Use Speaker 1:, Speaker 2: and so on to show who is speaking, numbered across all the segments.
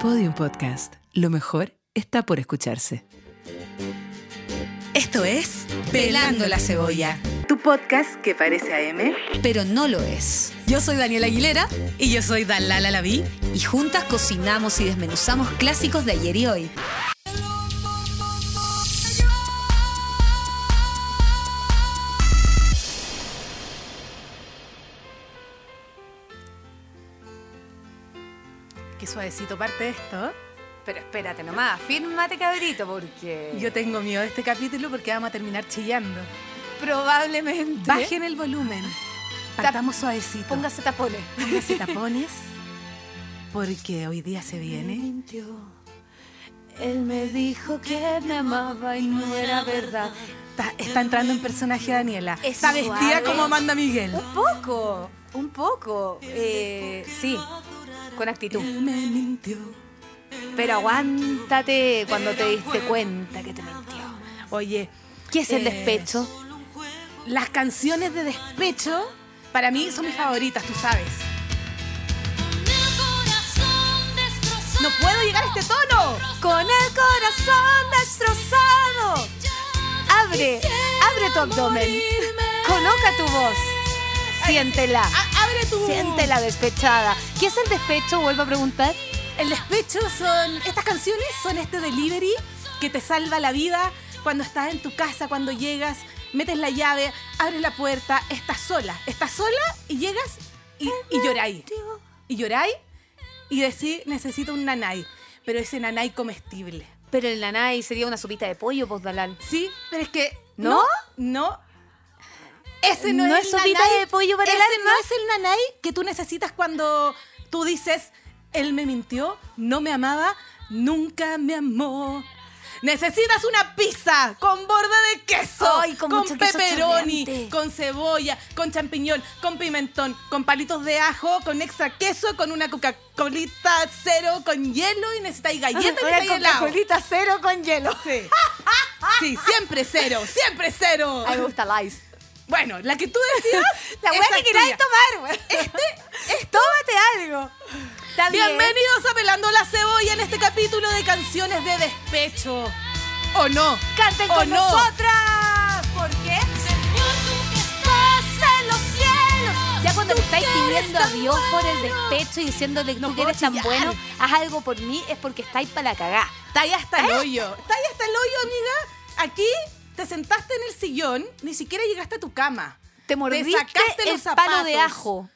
Speaker 1: Podium Podcast. Lo mejor está por escucharse.
Speaker 2: Esto es Pelando la Cebolla,
Speaker 1: Tu podcast que parece AM.
Speaker 2: pero no lo es. Yo soy Daniela Aguilera
Speaker 1: Y yo soy Dalala Laví.
Speaker 2: y juntas cocinamos y desmenuzamos clásicos de ayer y hoy.
Speaker 3: Qué suavecito parte esto.
Speaker 4: Pero espérate nomás, fírmate cabrito, porque
Speaker 3: Yo tengo miedo de este capítulo porque vamos a terminar chillando.
Speaker 4: probablemente
Speaker 3: Bajen el volumen. Partamos suavecito.
Speaker 4: póngase tapones.
Speaker 3: Póngase tapones. Porque hoy día se viene.
Speaker 4: Él me dijo que me amaba y no era verdad.
Speaker 3: Está, está entrando en personaje Daniela.
Speaker 4: Es
Speaker 3: está vestida
Speaker 4: suave.
Speaker 3: como Amanda Miguel.
Speaker 4: Un poco, un poco. eh, sí, con actitud.
Speaker 3: Me mintió.
Speaker 4: Pero aguántate cuando te diste cuenta que te mintió.
Speaker 3: Oye,
Speaker 4: ¿Qué es el
Speaker 3: Eh,
Speaker 4: despecho?
Speaker 3: las canciones de despecho para mí son mis favoritas, tú sabes. No puedo llegar a este tono.
Speaker 4: Con el corazón destrozado. Abre, abre tu abdomen. Coloca tu voz. Siéntela.
Speaker 3: A- abre tu
Speaker 4: Siéntela despechada. ¿Qué es el despecho? Vuelvo a preguntar.
Speaker 3: El despecho son. Estas canciones son este delivery que te salva la vida cuando estás en tu casa, cuando llegas, metes la llave, abres la puerta, estás sola. Estás sola y llegas y, y lloráis. Y lloráis y decís, necesito un nanay. Pero ese nanay comestible.
Speaker 4: Pero el nanay sería una sopita de pollo, vos, Dalal.
Speaker 3: Sí, pero es que.
Speaker 4: ¿No?
Speaker 3: No. no. Ese no,
Speaker 4: ¿No
Speaker 3: es,
Speaker 4: es
Speaker 3: el
Speaker 4: sopita
Speaker 3: nanay.
Speaker 4: de pollo para el
Speaker 3: Ese no
Speaker 4: alma?
Speaker 3: es el nanay que tú necesitas cuando tú dices, él me mintió, no me amaba, nunca me amó. Necesitas una pizza con borde de queso,
Speaker 4: Ay, con mucho queso
Speaker 3: pepperoni,
Speaker 4: chorreante.
Speaker 3: con cebolla, con champiñón, con pimentón, con palitos de ajo, con extra queso, con una Coca-Colita cero, con hielo y necesitas
Speaker 4: Ah, este
Speaker 3: galletas y necesitáis helado.
Speaker 4: cero con hielo.
Speaker 3: Sí. Sí, siempre cero, siempre cero.
Speaker 4: A mí me gusta la ice.
Speaker 3: Bueno, la que tú decidas.
Speaker 4: La
Speaker 3: esa
Speaker 4: weá que
Speaker 3: es
Speaker 4: queráis
Speaker 3: tuya.
Speaker 4: tomar, weón. Este Tómate algo. Está bien.
Speaker 3: Bienvenidos a Pelando la Cebolla en este capítulo de canciones de despecho. ¿O no?
Speaker 4: Canten
Speaker 3: ¿O
Speaker 4: con
Speaker 3: no?
Speaker 4: nosotras. ¿Por qué? Estás en los cielos. Ya cuando le estáis pidiendo a Dios por el despecho y diciéndole que
Speaker 3: No
Speaker 4: tú que
Speaker 3: puedo
Speaker 4: eres tan
Speaker 3: chillar.
Speaker 4: bueno, haz algo por mí, es porque estáis para la cagá. ¿Eh?
Speaker 3: Está ahí hasta el hoyo. Está ahí hasta el hoyo, amiga. Aquí te sentaste en el sillón, ni siquiera llegaste a tu cama.
Speaker 4: Te mordiste
Speaker 3: sacaste
Speaker 4: el
Speaker 3: los
Speaker 4: palo de
Speaker 3: zapatos.
Speaker 4: ajo.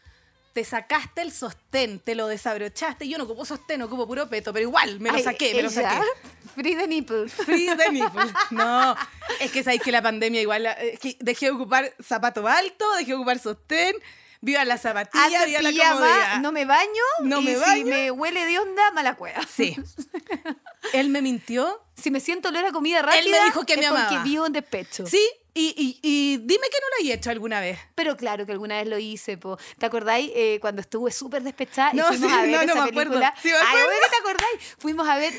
Speaker 3: Te sacaste el sostén, te lo desabrochaste. Yo no ocupo sostén, ocupo puro peto, pero igual me lo
Speaker 4: Ay,
Speaker 3: saqué, me lo
Speaker 4: ella.
Speaker 3: saqué.
Speaker 4: Free the nipples.
Speaker 3: Free the nipple. No, es que sabéis que la pandemia igual la- es que dejé de ocupar zapato alto, dejé de ocupar sostén, viva la zapatilla,
Speaker 4: Ando
Speaker 3: viva
Speaker 4: en
Speaker 3: la
Speaker 4: pijama,
Speaker 3: comodidad.
Speaker 4: no me baño
Speaker 3: No
Speaker 4: y
Speaker 3: me
Speaker 4: si
Speaker 3: baño.
Speaker 4: me huele de onda, mala cueva.
Speaker 3: Sí. Él me mintió.
Speaker 4: Si me siento olor a comida rápida,
Speaker 3: dijo que me
Speaker 4: es
Speaker 3: amaba.
Speaker 4: porque vio un despecho.
Speaker 3: Sí, y, y- y dime que no lo hay hecho alguna vez.
Speaker 4: Pero claro que alguna vez lo hice, po. ¿te acordáis eh, cuando estuve súper despechada y
Speaker 3: No,
Speaker 4: fuimos
Speaker 3: sí,
Speaker 4: a ver
Speaker 3: no, no
Speaker 4: esa
Speaker 3: me acuerdo.
Speaker 4: película?
Speaker 3: Sí, me acuerdo.
Speaker 4: Ay, bueno, ¿te acordáis? Fuimos a ver...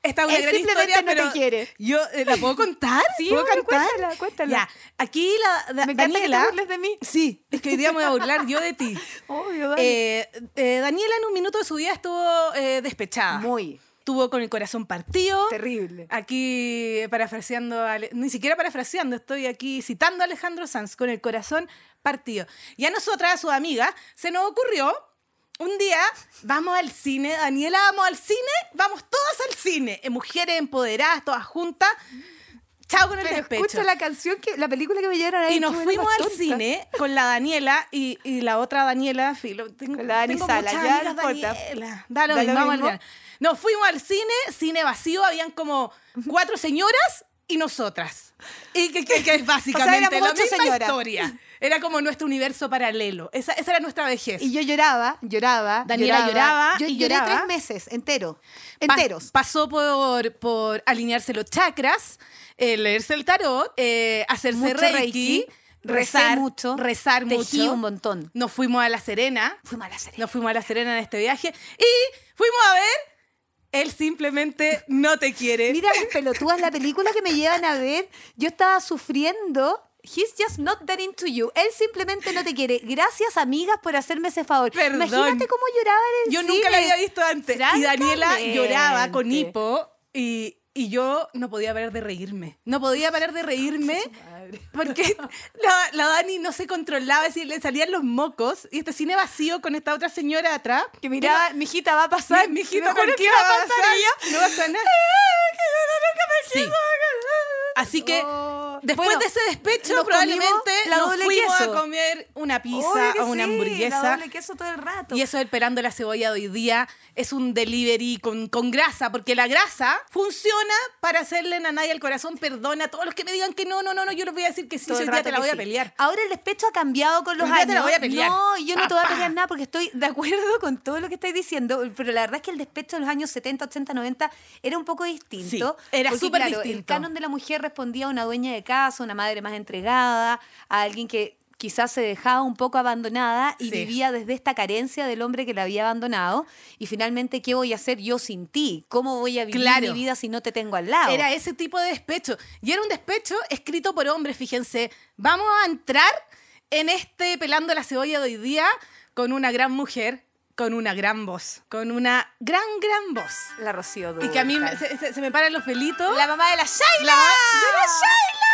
Speaker 3: Esta es una
Speaker 4: Él
Speaker 3: gran
Speaker 4: simplemente
Speaker 3: historia,
Speaker 4: no te
Speaker 3: pero
Speaker 4: quiere.
Speaker 3: yo eh, la puedo contar,
Speaker 4: Sí,
Speaker 3: puedo
Speaker 4: bueno,
Speaker 3: contar.
Speaker 4: cuéntala, cuéntala.
Speaker 3: Ya, aquí la, da-
Speaker 4: Me encanta
Speaker 3: Daniela.
Speaker 4: que te burles de mí.
Speaker 3: Sí, es que hoy día me voy a burlar yo de ti.
Speaker 4: Obvio, dale.
Speaker 3: Eh, eh, Daniela en un minuto de su vida estuvo eh, despechada.
Speaker 4: Muy
Speaker 3: Estuvo con el corazón partido. Ah,
Speaker 4: terrible.
Speaker 3: Aquí eh, parafraseando, a Ale- ni siquiera parafraseando, estoy aquí citando a Alejandro Sanz con el corazón partido. Y a nosotras, a su amiga, se nos ocurrió un día, vamos al cine, Daniela, vamos al cine, vamos todas al cine, eh, mujeres empoderadas, todas juntas. Chao con el
Speaker 4: Pero
Speaker 3: despecho.
Speaker 4: escucha la canción, que, la película que me llevaron ahí.
Speaker 3: Y nos
Speaker 4: qué buena
Speaker 3: fuimos
Speaker 4: más
Speaker 3: al
Speaker 4: tonta.
Speaker 3: cine con la Daniela y, y la otra Daniela, filo, tengo,
Speaker 4: Con la Dani
Speaker 3: tengo
Speaker 4: Sala,
Speaker 3: muchas
Speaker 4: ya
Speaker 3: amigas
Speaker 4: no importa.
Speaker 3: Daniela. Da lo
Speaker 4: Da
Speaker 3: mismo,
Speaker 4: lo
Speaker 3: vamos al
Speaker 4: mismo.
Speaker 3: día. Nos fuimos al cine, cine vacío, habían como cuatro señoras y nosotras. Y que, que- que es básicamente
Speaker 4: éramos
Speaker 3: la
Speaker 4: ocho
Speaker 3: misma
Speaker 4: señoras.
Speaker 3: historia. Era como nuestro universo paralelo. Esa, esa era nuestra vejez.
Speaker 4: Y yo lloraba, lloraba,
Speaker 3: Daniela lloraba
Speaker 4: Yo
Speaker 3: y
Speaker 4: lloré
Speaker 3: lloraba.
Speaker 4: tres meses, entero,
Speaker 3: Pa-
Speaker 4: enteros.
Speaker 3: pasó por, por alinearse los chakras, eh, leerse el tarot, eh, hacerse
Speaker 4: Mucho
Speaker 3: reiki,
Speaker 4: reiki, recé
Speaker 3: rezar
Speaker 4: mucho,
Speaker 3: rezar
Speaker 4: tejí
Speaker 3: mucho.
Speaker 4: un montón.
Speaker 3: Nos fuimos a La Serena.
Speaker 4: Fui mala serie.
Speaker 3: Nos fuimos a La Serena en este viaje y fuimos a ver Él simplemente no te quiere.
Speaker 4: Mira mis pelotudas, la película que me llevan a ver, yo estaba sufriendo He's just not that into you. Él simplemente no te quiere. Gracias, amigas, por hacerme ese favor.
Speaker 3: Perdón.
Speaker 4: Imagínate cómo lloraba en el
Speaker 3: Yo nunca la
Speaker 4: cine.
Speaker 3: había visto antes. Y Daniela
Speaker 4: Francamente.
Speaker 3: lloraba con hipo y, y yo no podía parar de reírme. No podía parar de reírme porque la, la Dani no se controlaba, es decir, le salían los mocos y este cine vacío con esta otra señora atrás.
Speaker 4: Que miraba, mi hijita va a pasar.
Speaker 3: Mi hijito,
Speaker 4: Mejor
Speaker 3: ¿por
Speaker 4: que
Speaker 3: qué
Speaker 4: va a
Speaker 3: pasar?
Speaker 4: pasar Ah, y yo,
Speaker 3: No pasa nada. Sí. Así que
Speaker 4: Oh.
Speaker 3: después
Speaker 4: Bueno,
Speaker 3: de ese despecho
Speaker 4: nos
Speaker 3: probablemente
Speaker 4: comimos la
Speaker 3: nos
Speaker 4: doble
Speaker 3: fuimos
Speaker 4: queso.
Speaker 3: a comer una pizza
Speaker 4: Obvio que
Speaker 3: o una
Speaker 4: sí,
Speaker 3: hamburguesa.
Speaker 4: La doble queso todo el rato.
Speaker 3: Y eso del perando la cebolla de hoy día es un delivery con, con grasa, porque la grasa funciona para hacerle nanay al corazón. Perdona a todos los que me digan que no, no, no, no, yo les voy a decir que sí,
Speaker 4: Todo
Speaker 3: si hoy
Speaker 4: el
Speaker 3: día
Speaker 4: rato
Speaker 3: te la
Speaker 4: que
Speaker 3: voy a
Speaker 4: sí.
Speaker 3: pelear.
Speaker 4: Ahora el despecho ha cambiado con los
Speaker 3: Hoy día
Speaker 4: años.
Speaker 3: te la voy a pelear.
Speaker 4: No, yo no te voy a pelear nada porque estoy de acuerdo con todo lo que estáis diciendo, pero la verdad es que el despecho de los años 70, 80, 90 era un poco distinto.
Speaker 3: Sí, era
Speaker 4: porque,
Speaker 3: súper
Speaker 4: claro, El
Speaker 3: distinto.
Speaker 4: canon de la mujer respondía a una dueña de casa, una madre más entregada, a alguien que quizás se dejaba un poco abandonada y
Speaker 3: Sí.
Speaker 4: vivía desde esta carencia del hombre que la había abandonado y finalmente qué voy a hacer yo sin ti cómo voy a vivir
Speaker 3: Claro.
Speaker 4: mi vida si no te tengo al lado
Speaker 3: Era ese tipo de despecho. Y era un despecho escrito por hombres, fíjense. Vamos a entrar en este pelando la cebolla de hoy día con una gran mujer, con una gran voz, con una gran, gran voz.
Speaker 4: la Rocío
Speaker 3: Y que a mí me-
Speaker 4: Dúrcal.
Speaker 3: se, se- se me paran los pelitos.
Speaker 4: La mamá de la Shaila.
Speaker 3: La Ah. ma-
Speaker 4: ¡De la Shaila!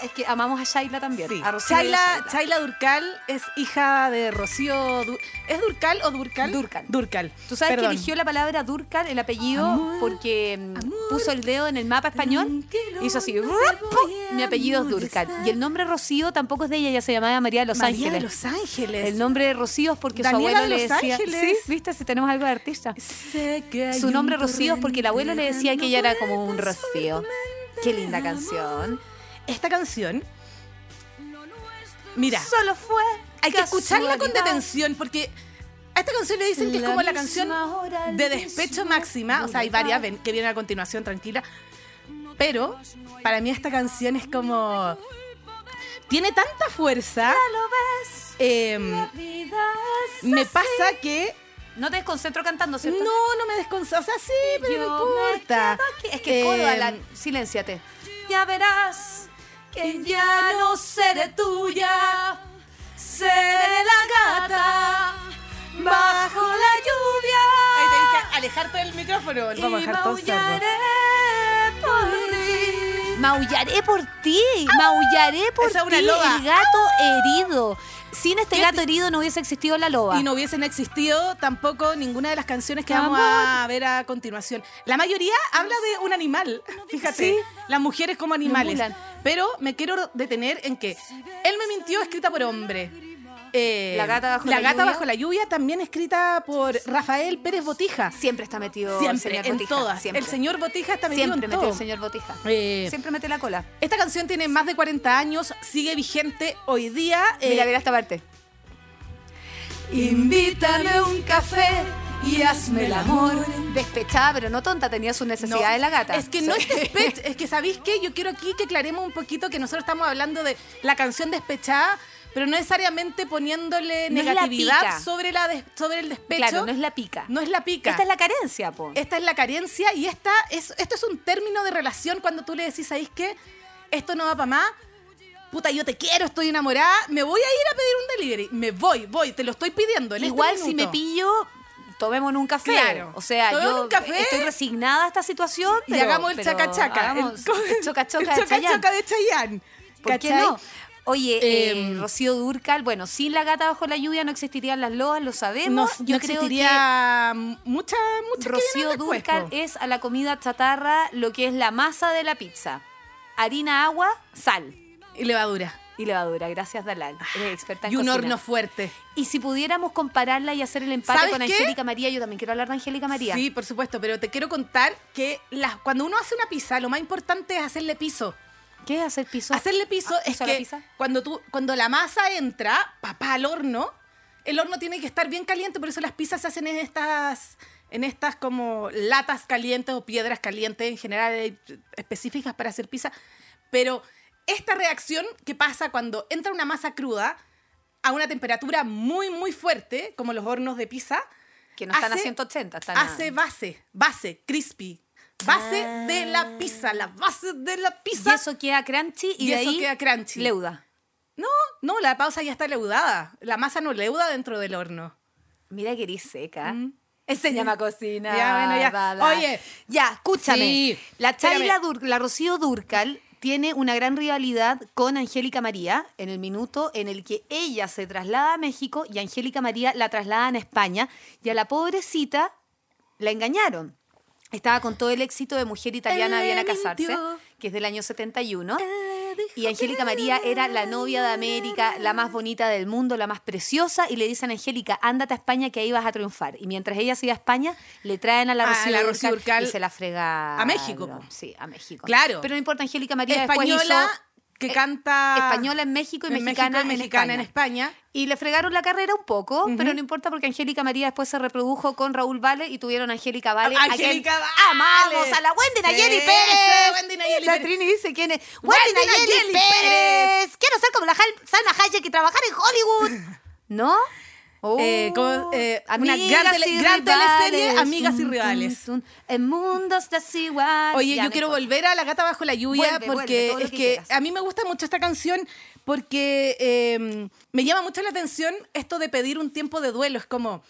Speaker 4: Es que amamos a Shaila también.
Speaker 3: Sí.
Speaker 4: A Rocío y a
Speaker 3: Chayla, Chayla Durcal es hija de Rocío. Du- ¿Es Durcal o Durcal?
Speaker 4: Durcal.
Speaker 3: Durcal.
Speaker 4: Tú sabes
Speaker 3: Perdón.
Speaker 4: que eligió la palabra Durcal, el apellido,
Speaker 3: Amor,
Speaker 4: porque mm,
Speaker 3: amor,
Speaker 4: puso el dedo en el mapa español,
Speaker 3: tranquilo,
Speaker 4: hizo así,
Speaker 3: no te
Speaker 4: ¡rup!
Speaker 3: voy a
Speaker 4: mi apellido es Durcal.
Speaker 3: molestar.
Speaker 4: Y el nombre Rocío tampoco es de ella, ella se llamaba María de Los
Speaker 3: María
Speaker 4: Ángeles.
Speaker 3: de Los Ángeles.
Speaker 4: El nombre de Rocío es porque su
Speaker 3: Daniela
Speaker 4: abuelo
Speaker 3: de
Speaker 4: le
Speaker 3: Los
Speaker 4: decía...
Speaker 3: Ángeles.
Speaker 4: Sí, viste, si tenemos algo de artista.
Speaker 3: Sé que hay
Speaker 4: Su
Speaker 3: un
Speaker 4: nombre Rocío es porque el abuelo le
Speaker 3: torrente
Speaker 4: decía que ella era como un
Speaker 3: revuelto sobre
Speaker 4: Rocío.
Speaker 3: tu
Speaker 4: Qué
Speaker 3: mente,
Speaker 4: linda
Speaker 3: amor.
Speaker 4: canción.
Speaker 3: Esta canción. Mira,
Speaker 4: Solo fue
Speaker 3: hay que escucharla con
Speaker 4: casualidad.
Speaker 3: detención porque a esta canción le dicen que es como la canción de despecho máxima, o sea, hay varias ven- que vienen a continuación, tranquila. Pero para mí esta canción es como... Tiene tanta fuerza. em, me pasa que...
Speaker 4: No te desconcentro cantando,
Speaker 3: No,
Speaker 4: ¿cierto?
Speaker 3: no me desconcentra. O sea, sí, pero
Speaker 4: Yo
Speaker 3: no
Speaker 4: me
Speaker 3: importa.
Speaker 4: quedo aquí. Es que codo,
Speaker 3: Em,
Speaker 4: Alan, silénciate. Ya verás que ya no seré tuya, seré la gata bajo la
Speaker 3: Ahí tenés
Speaker 4: lluvia.
Speaker 3: que alejarte del micrófono. Vamos a
Speaker 4: y
Speaker 3: dejar todo cerdo.
Speaker 4: maullaré por ti. Maullaré por ti, Ah. maullaré por
Speaker 3: Esa es
Speaker 4: ti.
Speaker 3: una loba.
Speaker 4: El gato herido. Sin este
Speaker 3: ¿Qué
Speaker 4: gato
Speaker 3: te-
Speaker 4: herido no hubiese existido la loba.
Speaker 3: Y no hubiesen existido tampoco ninguna de las canciones que vamos a ver a continuación. La mayoría habla de un animal, fíjate, las mujeres como animales.
Speaker 4: Deambulan.
Speaker 3: Pero me quiero detener en que Él me mintió, escrita por hombre. Eh,
Speaker 4: La gata bajo la
Speaker 3: gata
Speaker 4: lluvia.
Speaker 3: bajo la lluvia, también escrita por Rafael Pérez Botija.
Speaker 4: Siempre está metido el
Speaker 3: Siempre,
Speaker 4: señor
Speaker 3: en
Speaker 4: Botija,
Speaker 3: todas.
Speaker 4: Siempre.
Speaker 3: El señor Botija está metido
Speaker 4: Siempre
Speaker 3: en
Speaker 4: metió
Speaker 3: todo.
Speaker 4: el señor Botija.
Speaker 3: Eh,
Speaker 4: Siempre mete la cola.
Speaker 3: Esta canción tiene más de 40 años, sigue vigente hoy día. eh,
Speaker 4: mira, mira esta parte.
Speaker 3: Invítame un café y hazme el amor.
Speaker 4: Despechada, pero no tonta, tenía su necesidad
Speaker 3: No,
Speaker 4: de la gata.
Speaker 3: Es que no es despecho, es que sabéis que yo quiero aquí que aclaremos un poquito que nosotros estamos hablando de la canción despechada, pero no necesariamente poniéndole
Speaker 4: No es la
Speaker 3: negatividad
Speaker 4: pica.
Speaker 3: sobre, la des- sobre el despecho.
Speaker 4: Claro, no es la pica.
Speaker 3: No es la pica.
Speaker 4: Esta es la carencia, po.
Speaker 3: Esta es la carencia y esta es, esto es un término de relación cuando tú le decís, ¿sabéis qué? Esto no va para más. Puta, yo te quiero, estoy enamorada, me voy a ir a pedir un delivery. Me voy, voy, te lo estoy pidiendo. en este
Speaker 4: Igual si me
Speaker 3: minuto.
Speaker 4: pillo, tomémonos un café.
Speaker 3: Claro.
Speaker 4: O sea,
Speaker 3: Tomémonos
Speaker 4: yo
Speaker 3: un café.
Speaker 4: estoy resignada a esta situación.
Speaker 3: Y
Speaker 4: pero-
Speaker 3: hagamos el
Speaker 4: pero
Speaker 3: chacachaca.
Speaker 4: hagamos
Speaker 3: co-
Speaker 4: el chocachoca
Speaker 3: el
Speaker 4: de Chayanne.
Speaker 3: chocachoca de Chayanne.
Speaker 4: ¿Por qué
Speaker 3: ¿Cachai?
Speaker 4: no? Oye, eh,
Speaker 3: Em,
Speaker 4: Rocío Durcal, bueno, sin la gata bajo la lluvia no existirían las loas, lo
Speaker 3: No,
Speaker 4: sabemos.
Speaker 3: no
Speaker 4: Yo creo que
Speaker 3: existiría mucha, mucha
Speaker 4: Rocío Durcal es a la comida chatarra lo que es la masa de la pizza. Harina, agua, sal.
Speaker 3: y levadura.
Speaker 4: y levadura. Gracias, Dalal. Eres experta en
Speaker 3: Ah, Y un
Speaker 4: cocina.
Speaker 3: horno fuerte.
Speaker 4: Y si pudiéramos compararla y hacer el empate
Speaker 3: ¿Sabes
Speaker 4: con
Speaker 3: qué?
Speaker 4: Angélica María, yo también quiero hablar de Angélica María.
Speaker 3: Sí, por supuesto, pero te quiero contar que las, cuando uno hace una pizza, lo más importante es hacerle piso.
Speaker 4: ¿Qué es hacer piso?
Speaker 3: Hacerle piso
Speaker 4: Ah,
Speaker 3: es
Speaker 4: ¿piso a la
Speaker 3: que
Speaker 4: pizza?
Speaker 3: cuando tú cuando la masa entra, papá al horno, el horno tiene que estar bien caliente, por eso las pizzas se hacen en estas en estas como latas calientes o piedras calientes en general eh, específicas para hacer pizza, pero esta reacción que pasa cuando entra una masa cruda a una temperatura muy muy fuerte, como los hornos de pizza,
Speaker 4: Que no están a
Speaker 3: hace-
Speaker 4: 180, están a-
Speaker 3: hace base, base crispy, Base de la pizza, la base de la
Speaker 4: Y
Speaker 3: pizza.
Speaker 4: eso queda crunchy y,
Speaker 3: Y
Speaker 4: de
Speaker 3: eso
Speaker 4: ahí
Speaker 3: queda crunchy.
Speaker 4: leuda.
Speaker 3: No, no, la pausa ya está leudada. La masa no leuda dentro del horno.
Speaker 4: Mira que eres seca. Enséñame a cocinar.
Speaker 3: Ya, bueno, ya. Oye.
Speaker 4: Ya, escúchame.
Speaker 3: Sí.
Speaker 4: La Chayla
Speaker 3: Espérame.
Speaker 4: Dur- la Rocío Durcal tiene una gran rivalidad con Angélica María en el minuto en el que ella se traslada a México y Angélica María la trasladan a España y a la pobrecita la engañaron. Estaba con todo el éxito de Mujer Italiana
Speaker 3: Él
Speaker 4: Viene a
Speaker 3: le
Speaker 4: Casarse,
Speaker 3: mintió.
Speaker 4: que es del año 71. Y
Speaker 3: que
Speaker 4: Angélica María era la novia de América, la más bonita del mundo, la más preciosa, y le dicen a Angélica, ándate a España que ahí vas a triunfar. Y mientras ella se iba a España, le traen a la
Speaker 3: A
Speaker 4: Rocío,
Speaker 3: la
Speaker 4: Dúrcal
Speaker 3: Rocío Dúrcal
Speaker 4: y se la frega.
Speaker 3: a México, po.
Speaker 4: Sí, a México.
Speaker 3: Claro.
Speaker 4: Pero no importa, Angélica María después
Speaker 3: española
Speaker 4: hizo
Speaker 3: que
Speaker 4: eh,
Speaker 3: canta
Speaker 4: española en México y
Speaker 3: en México
Speaker 4: mexicana,
Speaker 3: y mexicana en España.
Speaker 4: Y le fregaron la carrera un poco, pero no importa porque Angélica María después se reprodujo con Raúl Vale y tuvieron a Angélica Vale. a quien
Speaker 3: Angélica Vale.
Speaker 4: ¡Amamos! ¡A la Wendy Nayeli
Speaker 3: Sí,
Speaker 4: Pérez!
Speaker 3: Wendy Nayeli
Speaker 4: la
Speaker 3: Pérez.
Speaker 4: Trini dice quién es. ¡Wendy,
Speaker 3: Wendy Nayeli
Speaker 4: Nayeli, Pérez. Quiero ser como la Hal- Salma Hayek y trabajar en Hollywood. ¿No? Oh.
Speaker 3: Eh, como, eh, una
Speaker 4: Amigas
Speaker 3: gran tele-
Speaker 4: y
Speaker 3: gran teleserie,
Speaker 4: rivales.
Speaker 3: Amigas y
Speaker 4: Tum, tum,
Speaker 3: rivales.
Speaker 4: tum. En mundos desiguales.
Speaker 3: Oye,
Speaker 4: Ah, Ya,
Speaker 3: yo
Speaker 4: no
Speaker 3: quiero
Speaker 4: importa.
Speaker 3: volver a La Gata Bajo la Lluvia
Speaker 4: Vuelve, vuelve,
Speaker 3: porque
Speaker 4: todo lo
Speaker 3: es
Speaker 4: que
Speaker 3: que,
Speaker 4: quieras.
Speaker 3: a mí me gusta mucho esta canción porque eh, me llama mucho la atención esto de pedir un tiempo de duelo. Es como,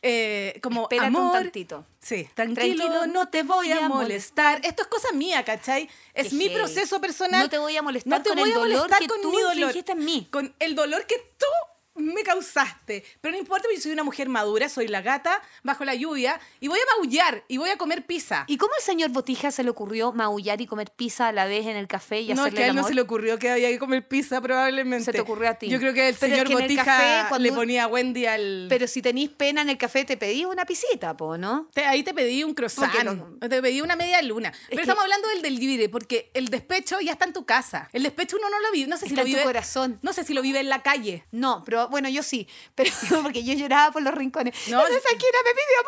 Speaker 3: eh, como
Speaker 4: Espérate un
Speaker 3: amor.
Speaker 4: tantito.
Speaker 3: Sí, tranquilo,
Speaker 4: Tranquilo,
Speaker 3: no te voy a
Speaker 4: a
Speaker 3: molestar. Esto es cosa mía, ¿cachai? Es
Speaker 4: Qué
Speaker 3: mi
Speaker 4: heavy.
Speaker 3: proceso personal.
Speaker 4: No te voy a molestar
Speaker 3: No te
Speaker 4: con
Speaker 3: voy
Speaker 4: el
Speaker 3: a
Speaker 4: dolor
Speaker 3: molestar
Speaker 4: que
Speaker 3: con
Speaker 4: tú
Speaker 3: mi dolor,
Speaker 4: infligiste en mí.
Speaker 3: Con el dolor que tú me causaste. Pero no importa, porque soy una mujer madura, soy la gata bajo la lluvia y voy a maullar y voy a comer pizza.
Speaker 4: ¿Y cómo al señor Botija se le ocurrió maullar y comer pizza a la vez en el café y
Speaker 3: No, es
Speaker 4: hacerle
Speaker 3: que a
Speaker 4: el
Speaker 3: él no
Speaker 4: amor?
Speaker 3: se le ocurrió que había que comer pizza probablemente.
Speaker 4: Se te ocurrió a ti.
Speaker 3: Yo creo que el
Speaker 4: Pero es
Speaker 3: señor
Speaker 4: que en el
Speaker 3: Botija
Speaker 4: café, cuando-
Speaker 3: le ponía a Wendy al...
Speaker 4: Pero si tenéis pena en el café, te pedís una pisita, po, ¿no?
Speaker 3: Te- ahí te pedí un croissant,
Speaker 4: Porque no-
Speaker 3: te pedí una media luna. Pero
Speaker 4: que-
Speaker 3: estamos hablando del delivery, porque el despecho ya está en tu casa. El despecho uno no lo vive, no sé si
Speaker 4: Está
Speaker 3: lo
Speaker 4: en tu
Speaker 3: vive...
Speaker 4: corazón.
Speaker 3: No sé si lo vive en la calle.
Speaker 4: No, pero bueno, yo sí. Pero porque yo lloraba por los rincones.
Speaker 3: No,
Speaker 4: en esa esquina me pidió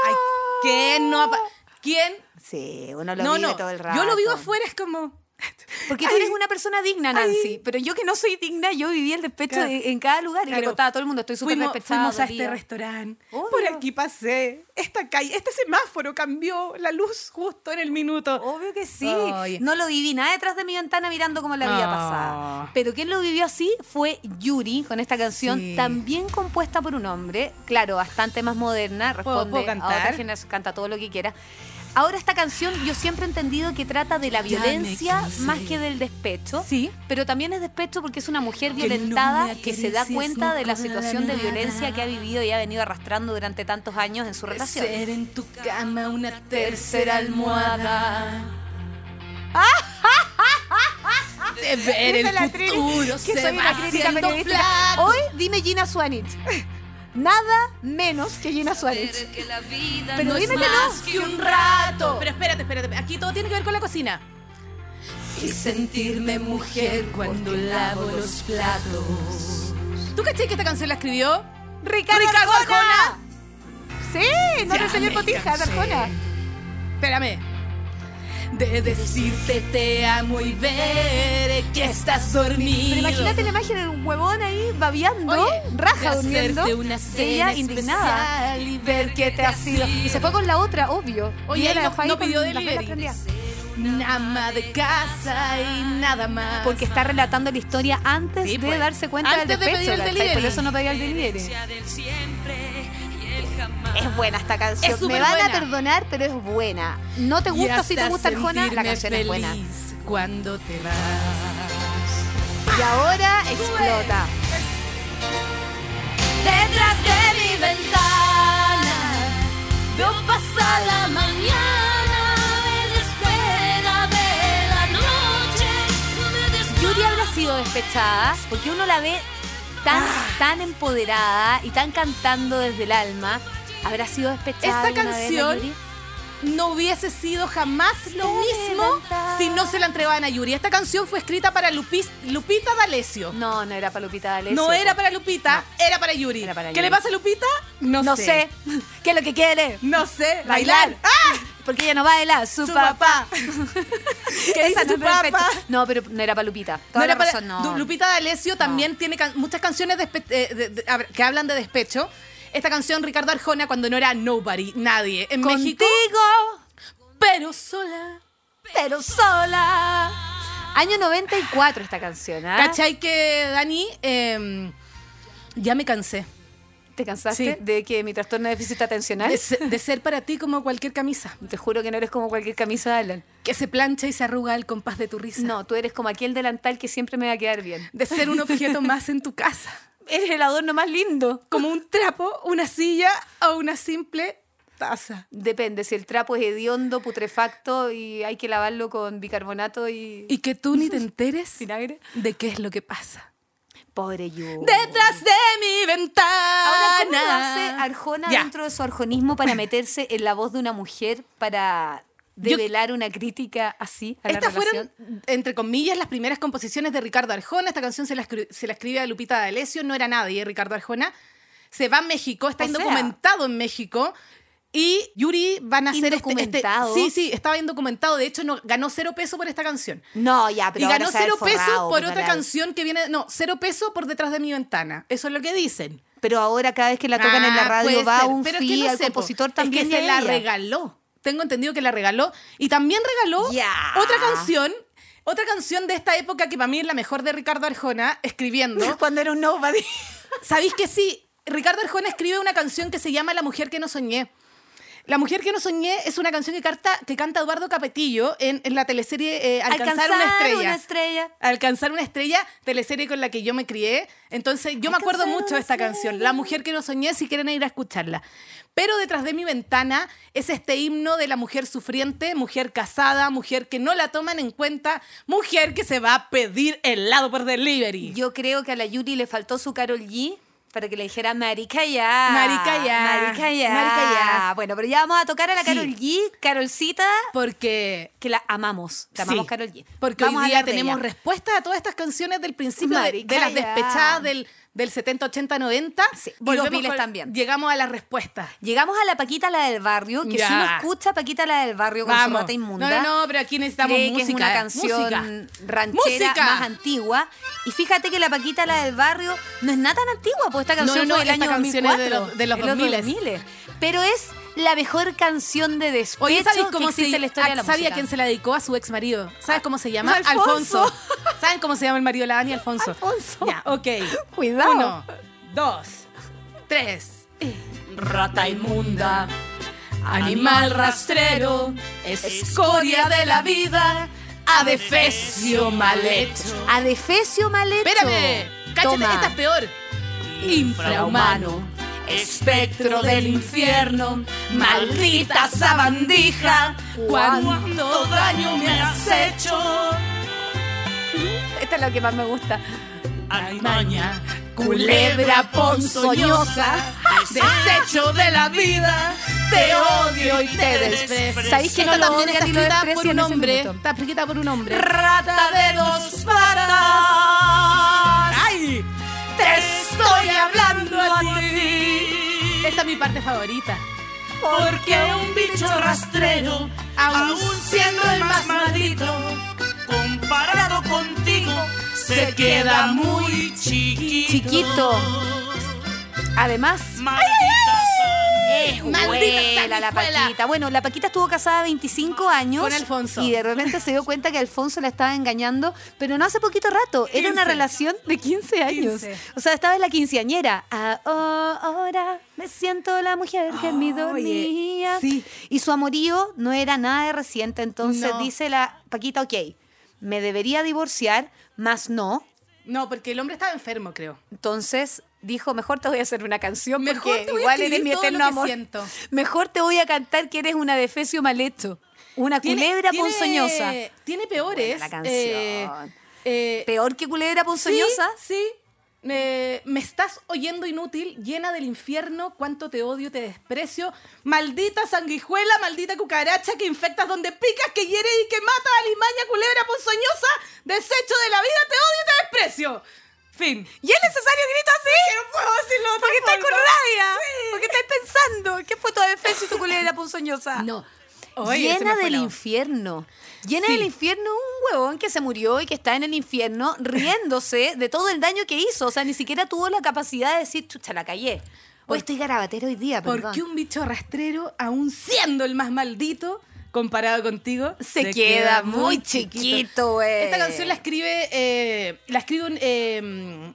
Speaker 4: pololeo.
Speaker 3: Ay, ¿quién no ha pa- ¿Quién?
Speaker 4: Sí, uno lo
Speaker 3: no,
Speaker 4: vive
Speaker 3: no.
Speaker 4: todo el rato.
Speaker 3: Yo lo vivo afuera, es como...
Speaker 4: Porque tú
Speaker 3: Ay.
Speaker 4: eres una persona digna, Nancy. Pero yo que no soy digna, yo viví el despecho
Speaker 3: Claro.
Speaker 4: de- en cada lugar. Y le
Speaker 3: Claro.
Speaker 4: contaba a todo el mundo, estoy súper
Speaker 3: fuimos,
Speaker 4: despechada.
Speaker 3: fuimos a
Speaker 4: dolida.
Speaker 3: este restaurante.
Speaker 4: Obvio.
Speaker 3: Por aquí pasé. Esta calle, este semáforo cambió la luz justo en el minuto.
Speaker 4: Obvio que sí.
Speaker 3: Ay.
Speaker 4: No lo viví nada detrás de mi ventana mirando como la vida
Speaker 3: Ah.
Speaker 4: pasada. Pero quien lo vivió así fue Yuri con esta canción
Speaker 3: Sí.
Speaker 4: también compuesta por un hombre, claro, bastante más moderna,
Speaker 3: ¿Puedo-
Speaker 4: responde
Speaker 3: puedo
Speaker 4: a otra
Speaker 3: cantar?
Speaker 4: generación, canta todo lo que quiera. Ahora esta canción yo siempre he entendido que trata de la
Speaker 5: Ya me
Speaker 4: violencia
Speaker 5: cansé.
Speaker 4: más que del despecho.
Speaker 3: Sí.
Speaker 4: Pero también es despecho porque es una mujer
Speaker 5: Que no
Speaker 4: violentada
Speaker 5: me
Speaker 4: que se da
Speaker 5: acaricies
Speaker 4: cuenta de la
Speaker 5: con
Speaker 4: situación de
Speaker 5: nada.
Speaker 4: violencia que ha vivido y ha venido arrastrando durante tantos años en su relación.
Speaker 5: Ser en tu cama una
Speaker 4: tercera almohada.
Speaker 5: De ver
Speaker 4: Dice la
Speaker 5: el
Speaker 4: Trini
Speaker 5: futuro
Speaker 4: que soy
Speaker 5: se
Speaker 4: una
Speaker 5: va
Speaker 4: crítica
Speaker 5: haciendo
Speaker 4: periodística.
Speaker 5: flaco.
Speaker 4: Hoy dime Gina Swanich. Nada menos que Gina Swanich. Pero dime que no.
Speaker 3: que un rato. Pero espérate, espérate. Aquí todo tiene que ver con la cocina.
Speaker 5: Y sentirme mujer cuando lavo los platos.
Speaker 3: ¿Tú caché que esta canción la escribió?
Speaker 4: Ricardo,
Speaker 3: Ricardo
Speaker 4: Arjona.
Speaker 3: Arjona.
Speaker 4: Sí, no
Speaker 5: Ya
Speaker 4: le señor
Speaker 5: me
Speaker 4: Cotija, de
Speaker 5: cansé.
Speaker 4: Arjona.
Speaker 3: Espérame.
Speaker 5: De decirte te amo y ver que estás dormido.
Speaker 4: Pero imagínate la imagen de un huevón ahí babeando,
Speaker 3: Oye,
Speaker 4: raja
Speaker 5: de
Speaker 4: durmiendo.
Speaker 5: hacerte una
Speaker 4: Ella
Speaker 5: cena
Speaker 4: indignada.
Speaker 5: especial y
Speaker 4: Ver que te ha sido. Y se fue con la otra, obvio.
Speaker 3: Oye,
Speaker 4: Y ella
Speaker 3: él
Speaker 4: la
Speaker 3: no-
Speaker 4: dejó ahí
Speaker 3: no
Speaker 4: con
Speaker 3: pidió
Speaker 4: las velas
Speaker 3: delivery.
Speaker 4: prendidas.
Speaker 5: Una ama de casa y nada más.
Speaker 4: Porque está relatando la historia antes
Speaker 3: Sí,
Speaker 4: de
Speaker 3: pues.
Speaker 4: darse cuenta
Speaker 3: Antes
Speaker 4: del
Speaker 3: de
Speaker 4: despecho.
Speaker 3: pedir el
Speaker 4: ¿cachai?
Speaker 3: delivery.
Speaker 4: Por eso no pedía el delivery. Es buena esta canción.
Speaker 3: Es
Speaker 4: Me van a
Speaker 3: superbuena.
Speaker 4: perdonar, pero es buena. No te gusta, si te gusta Arjona, la canción es buena.
Speaker 5: Cuando te vas.
Speaker 4: Y ahora explota.
Speaker 2: Detrás de mi ventana veo pasar la mañana en la espera de la noche. Me despierto.
Speaker 4: Yuri habrá sido despechada porque uno la ve tan, tan empoderada y tan cantando desde el alma. Habrá sido
Speaker 3: Esta
Speaker 4: despechada. alguna vez la
Speaker 3: canción
Speaker 4: Yuri?
Speaker 3: No hubiese sido jamás lo mismo si no se la entregaban a Yuri. Esta canción fue escrita para Lupis- Lupita D'Alessio.
Speaker 4: No, no era para Lupita D'Alessio. pues.
Speaker 3: No era para Lupita, era para Yuri.
Speaker 4: Era para
Speaker 3: ¿Qué
Speaker 4: Yuri.
Speaker 3: le pasa a Lupita? No,
Speaker 4: No sé. ¿Qué es lo que quiere?
Speaker 3: No sé.
Speaker 4: Bailar.
Speaker 3: Bailar. Ah,
Speaker 4: Porque ella no baila. Su,
Speaker 3: Su
Speaker 4: papá.
Speaker 3: papá.
Speaker 4: ¿Qué dice
Speaker 3: Esa
Speaker 4: tu
Speaker 3: no era
Speaker 4: papá?
Speaker 3: pecho.
Speaker 4: No, pero no era para Lupita. Toda
Speaker 3: No era
Speaker 4: la
Speaker 3: para-
Speaker 4: razón, no.
Speaker 3: Du- Lupita D'Alessio también tiene can- muchas canciones despe- eh, de- de- hab- que hablan de despecho. Esta canción, Ricardo Arjona, cuando no era Nobody, nadie en
Speaker 4: Contigo.
Speaker 3: México. Pero, pero sola.
Speaker 4: pero sola. Año 94 esta canción, ¿ah?
Speaker 3: ¿Cachai que, Dani? em, ya me cansé
Speaker 4: ¿Te cansaste
Speaker 3: Sí.
Speaker 4: de que mi trastorno de déficit atencional?
Speaker 3: de, se- de ser para ti como cualquier camisa,
Speaker 4: Te juro que no eres como cualquier camisa de Alan.
Speaker 3: que se plancha y se arruga al compás de tu risa.
Speaker 4: No, tú eres como aquel delantal que siempre me va a quedar bien.
Speaker 3: De ser un objeto más en tu casa,
Speaker 4: Eres el adorno más lindo.
Speaker 3: como un trapo, una silla o una simple taza.
Speaker 4: Depende, si el trapo es hediondo, putrefacto y hay que lavarlo con bicarbonato y,
Speaker 3: Y que tú ni te enteres
Speaker 4: vinagre.
Speaker 3: de qué es lo que pasa.
Speaker 4: Pobre yo.
Speaker 3: Detrás de mi ventana.
Speaker 4: Ahora, ¿cómo lo hace Arjona
Speaker 3: Ya.
Speaker 4: dentro de su arjonismo para meterse en la voz de una mujer para
Speaker 3: Yo-
Speaker 4: develar una crítica así a la
Speaker 3: Estas
Speaker 4: relación?
Speaker 3: fueron, entre comillas, las primeras composiciones de Ricardo Arjona. Esta canción se la, escri- se la escribe a Lupita D'Alessio, no era nadie, Ricardo Arjona. Se va a México, está
Speaker 4: O sea-
Speaker 3: indocumentado en México. Y Yuri van a hacer este- este,
Speaker 4: Indocumentado.
Speaker 3: Sí, sí, estaba indocumentado. De hecho, no, ganó cero peso por esta canción.
Speaker 4: No, ya, pero
Speaker 3: y
Speaker 4: ahora
Speaker 3: ganó
Speaker 4: se va a
Speaker 3: cero
Speaker 4: haber
Speaker 3: peso
Speaker 4: forrado,
Speaker 3: por
Speaker 4: pues,
Speaker 3: otra
Speaker 4: Alan.
Speaker 3: canción que viene. No, cero peso por detrás de mi ventana. Eso es lo que dicen.
Speaker 4: Pero ahora cada vez que la tocan en la
Speaker 3: Ah,
Speaker 4: radio
Speaker 3: puede
Speaker 4: va
Speaker 3: ser,
Speaker 4: un
Speaker 3: pero es
Speaker 4: fi
Speaker 3: que no
Speaker 4: al
Speaker 3: sé, po.
Speaker 4: compositor
Speaker 3: Es que
Speaker 4: también. y a
Speaker 3: se la
Speaker 4: ella.
Speaker 3: regaló. Tengo entendido que la regaló. Y también regaló
Speaker 4: Ya.
Speaker 3: otra canción. Otra canción de esta época que para mí es la mejor de Ricardo Arjona, escribiendo.
Speaker 4: Cuando era un nobody.
Speaker 3: ¿Sabéis que sí? Ricardo Arjona escribe una canción que se llama La mujer que no soñé. La mujer que no soñé es una canción que, canta, que canta Eduardo Capetillo en, en la teleserie eh, Alcanzar, una estrella.
Speaker 4: Una estrella.
Speaker 3: Alcanzar una estrella, teleserie con la que yo me crié. Entonces, yo me acuerdo
Speaker 4: Alcanzar
Speaker 3: mucho
Speaker 4: una
Speaker 3: de esta
Speaker 4: estrella.
Speaker 3: canción, La mujer que no soñé, si quieren ir a escucharla. Pero detrás de mi ventana es este himno de la mujer sufriente, mujer casada, mujer que no la toman en cuenta, mujer que se va a pedir helado por delivery.
Speaker 4: Yo creo que a la Yuri le faltó su Carol G para que le dijera Marica ya.
Speaker 3: Marica ya.
Speaker 4: Marica ya.
Speaker 3: Marica ya.
Speaker 4: Bueno, pero ya vamos a tocar a la
Speaker 3: Sí.
Speaker 4: Carol G, Carolcita,
Speaker 3: porque
Speaker 4: que la amamos. La amamos
Speaker 3: Sí,
Speaker 4: Carol G.
Speaker 3: Porque
Speaker 4: Vamos a
Speaker 3: hoy día
Speaker 4: hablar de
Speaker 3: tenemos
Speaker 4: ella.
Speaker 3: respuestas a todas estas canciones del principio, de, de las
Speaker 4: Maricaya.
Speaker 3: despechadas del, del 70, 80, 90.
Speaker 4: Sí, y los
Speaker 3: Volvemos
Speaker 4: miles
Speaker 3: con-
Speaker 4: también.
Speaker 3: Llegamos a las respuestas.
Speaker 4: Llegamos a la Paquita la del barrio, que si
Speaker 3: Ya.
Speaker 4: uno escucha Paquita la del barrio con su rata inmunda.
Speaker 3: No, no, no, pero aquí necesitamos
Speaker 4: cree
Speaker 3: música.
Speaker 4: que es una
Speaker 3: eh,
Speaker 4: canción
Speaker 3: música.
Speaker 4: ranchera
Speaker 3: Música.
Speaker 4: más antigua. Y fíjate que la Paquita, la del barrio, no es nada tan antigua, pues esta
Speaker 3: No,
Speaker 4: canción
Speaker 3: no,
Speaker 4: fue del
Speaker 3: esta
Speaker 4: año
Speaker 3: canción
Speaker 4: 2004.
Speaker 3: es de los- de los 2000s.
Speaker 4: 2000s. Pero es la mejor canción de despecho
Speaker 3: Oye, ¿sabes
Speaker 4: que
Speaker 3: cómo
Speaker 4: existe
Speaker 3: se,
Speaker 4: en la historia de la
Speaker 3: ¿Sabía
Speaker 4: música.
Speaker 3: quién se la dedicó a su ex marido? ¿Sabes cómo se llama?
Speaker 4: Alfonso.
Speaker 3: ¿Saben cómo se llama el marido de la Dani? Alfonso.
Speaker 4: Alfonso.
Speaker 3: Ya, ok.
Speaker 4: Cuidado.
Speaker 3: Uno, dos, tres.
Speaker 5: Rata inmunda, animal rastrero, escoria de la vida, adefesio mal hecho,
Speaker 4: A defecio mal hecho.
Speaker 3: Espérame. Cállate,
Speaker 4: Toma.
Speaker 3: esta es peor.
Speaker 5: infrahumano, espectro del infierno, maldita sabandija, cuánto daño me has hecho.
Speaker 4: Esta es la que más me gusta.
Speaker 5: Alimaña, culebra ponzoñosa, desecho de la vida, te odio y te desprecio.
Speaker 4: ¿Sabéis que
Speaker 3: Esta
Speaker 4: no lo
Speaker 3: también
Speaker 4: odian
Speaker 3: está
Speaker 4: y lo
Speaker 3: escrita por
Speaker 4: desprecian
Speaker 3: un
Speaker 4: en ese
Speaker 3: hombre.
Speaker 4: minuto?
Speaker 3: Está escrita por un hombre.
Speaker 5: Rata de dos patas,
Speaker 3: ¡Ay!
Speaker 5: te estoy hablando a ti.
Speaker 3: Esta es mi parte favorita.
Speaker 5: Porque un bicho rastrero, aún siendo el más maldito, comparado contigo, se queda muy chiquito.
Speaker 4: Chiquito. Además,
Speaker 5: Maldita
Speaker 4: Maldita
Speaker 5: sanguijuela.
Speaker 4: la Paquita. Bueno, la Paquita estuvo casada 25 años.
Speaker 3: Con Alfonso.
Speaker 4: Y de repente se dio cuenta que Alfonso la estaba engañando, pero no hace poquito rato. Era una
Speaker 3: 15.
Speaker 4: relación de 15 años.
Speaker 3: 15.
Speaker 4: O sea, estaba en la quinceañera. "Ah, oh, Ahora me siento la mujer que me dormía.
Speaker 3: sí.
Speaker 4: Y su amorío no era nada de reciente. Entonces
Speaker 3: No.
Speaker 4: dice la Paquita, ok, me debería divorciar, más no.
Speaker 3: No, porque el hombre estaba enfermo, creo.
Speaker 4: Entonces dijo, mejor te voy a hacer una canción
Speaker 3: Mejor
Speaker 4: porque
Speaker 3: te voy a
Speaker 4: igual
Speaker 3: escribir
Speaker 4: eres mi
Speaker 3: todo lo
Speaker 4: eterno
Speaker 3: que
Speaker 4: amor.
Speaker 3: siento.
Speaker 4: Mejor te voy a cantar que eres una defecio mal hecho. Una culebra
Speaker 3: Tiene-
Speaker 4: ponzoñosa.
Speaker 3: Tiene peores.
Speaker 4: Buena la canción.
Speaker 3: eh, eh,
Speaker 4: Peor que culebra ponzoñosa.
Speaker 3: Sí, sí. Eh, me estás oyendo inútil, llena del infierno, cuánto te odio, te desprecio. Maldita sanguijuela, maldita cucaracha que infectas donde picas, que hiere y que mata alimaña, culebra ponzoñosa, desecho de la vida, te odio y te desprecio. Fin.
Speaker 4: ¿Y es necesario grito así? no puedo decirlo Porque
Speaker 3: otra
Speaker 4: estás con
Speaker 3: forma.
Speaker 4: rabia. Porque estás pensando. ¿Qué fue tu defecio y tu culebra ponzoñosa?
Speaker 3: No.
Speaker 4: llena del infierno. Llena
Speaker 3: Sí.
Speaker 4: del infierno un huevón que se murió y que está en el infierno riéndose de todo el daño que hizo. O sea, ni siquiera tuvo la capacidad de decir, chucha, la callé. Hoy estoy garabatero hoy día, perdón.
Speaker 3: Porque un bicho rastrero, aún siendo el más maldito, comparado contigo,
Speaker 4: Se, queda, muy chiquito, güey.
Speaker 3: Esta canción la escribe, eh, la escribe un, eh,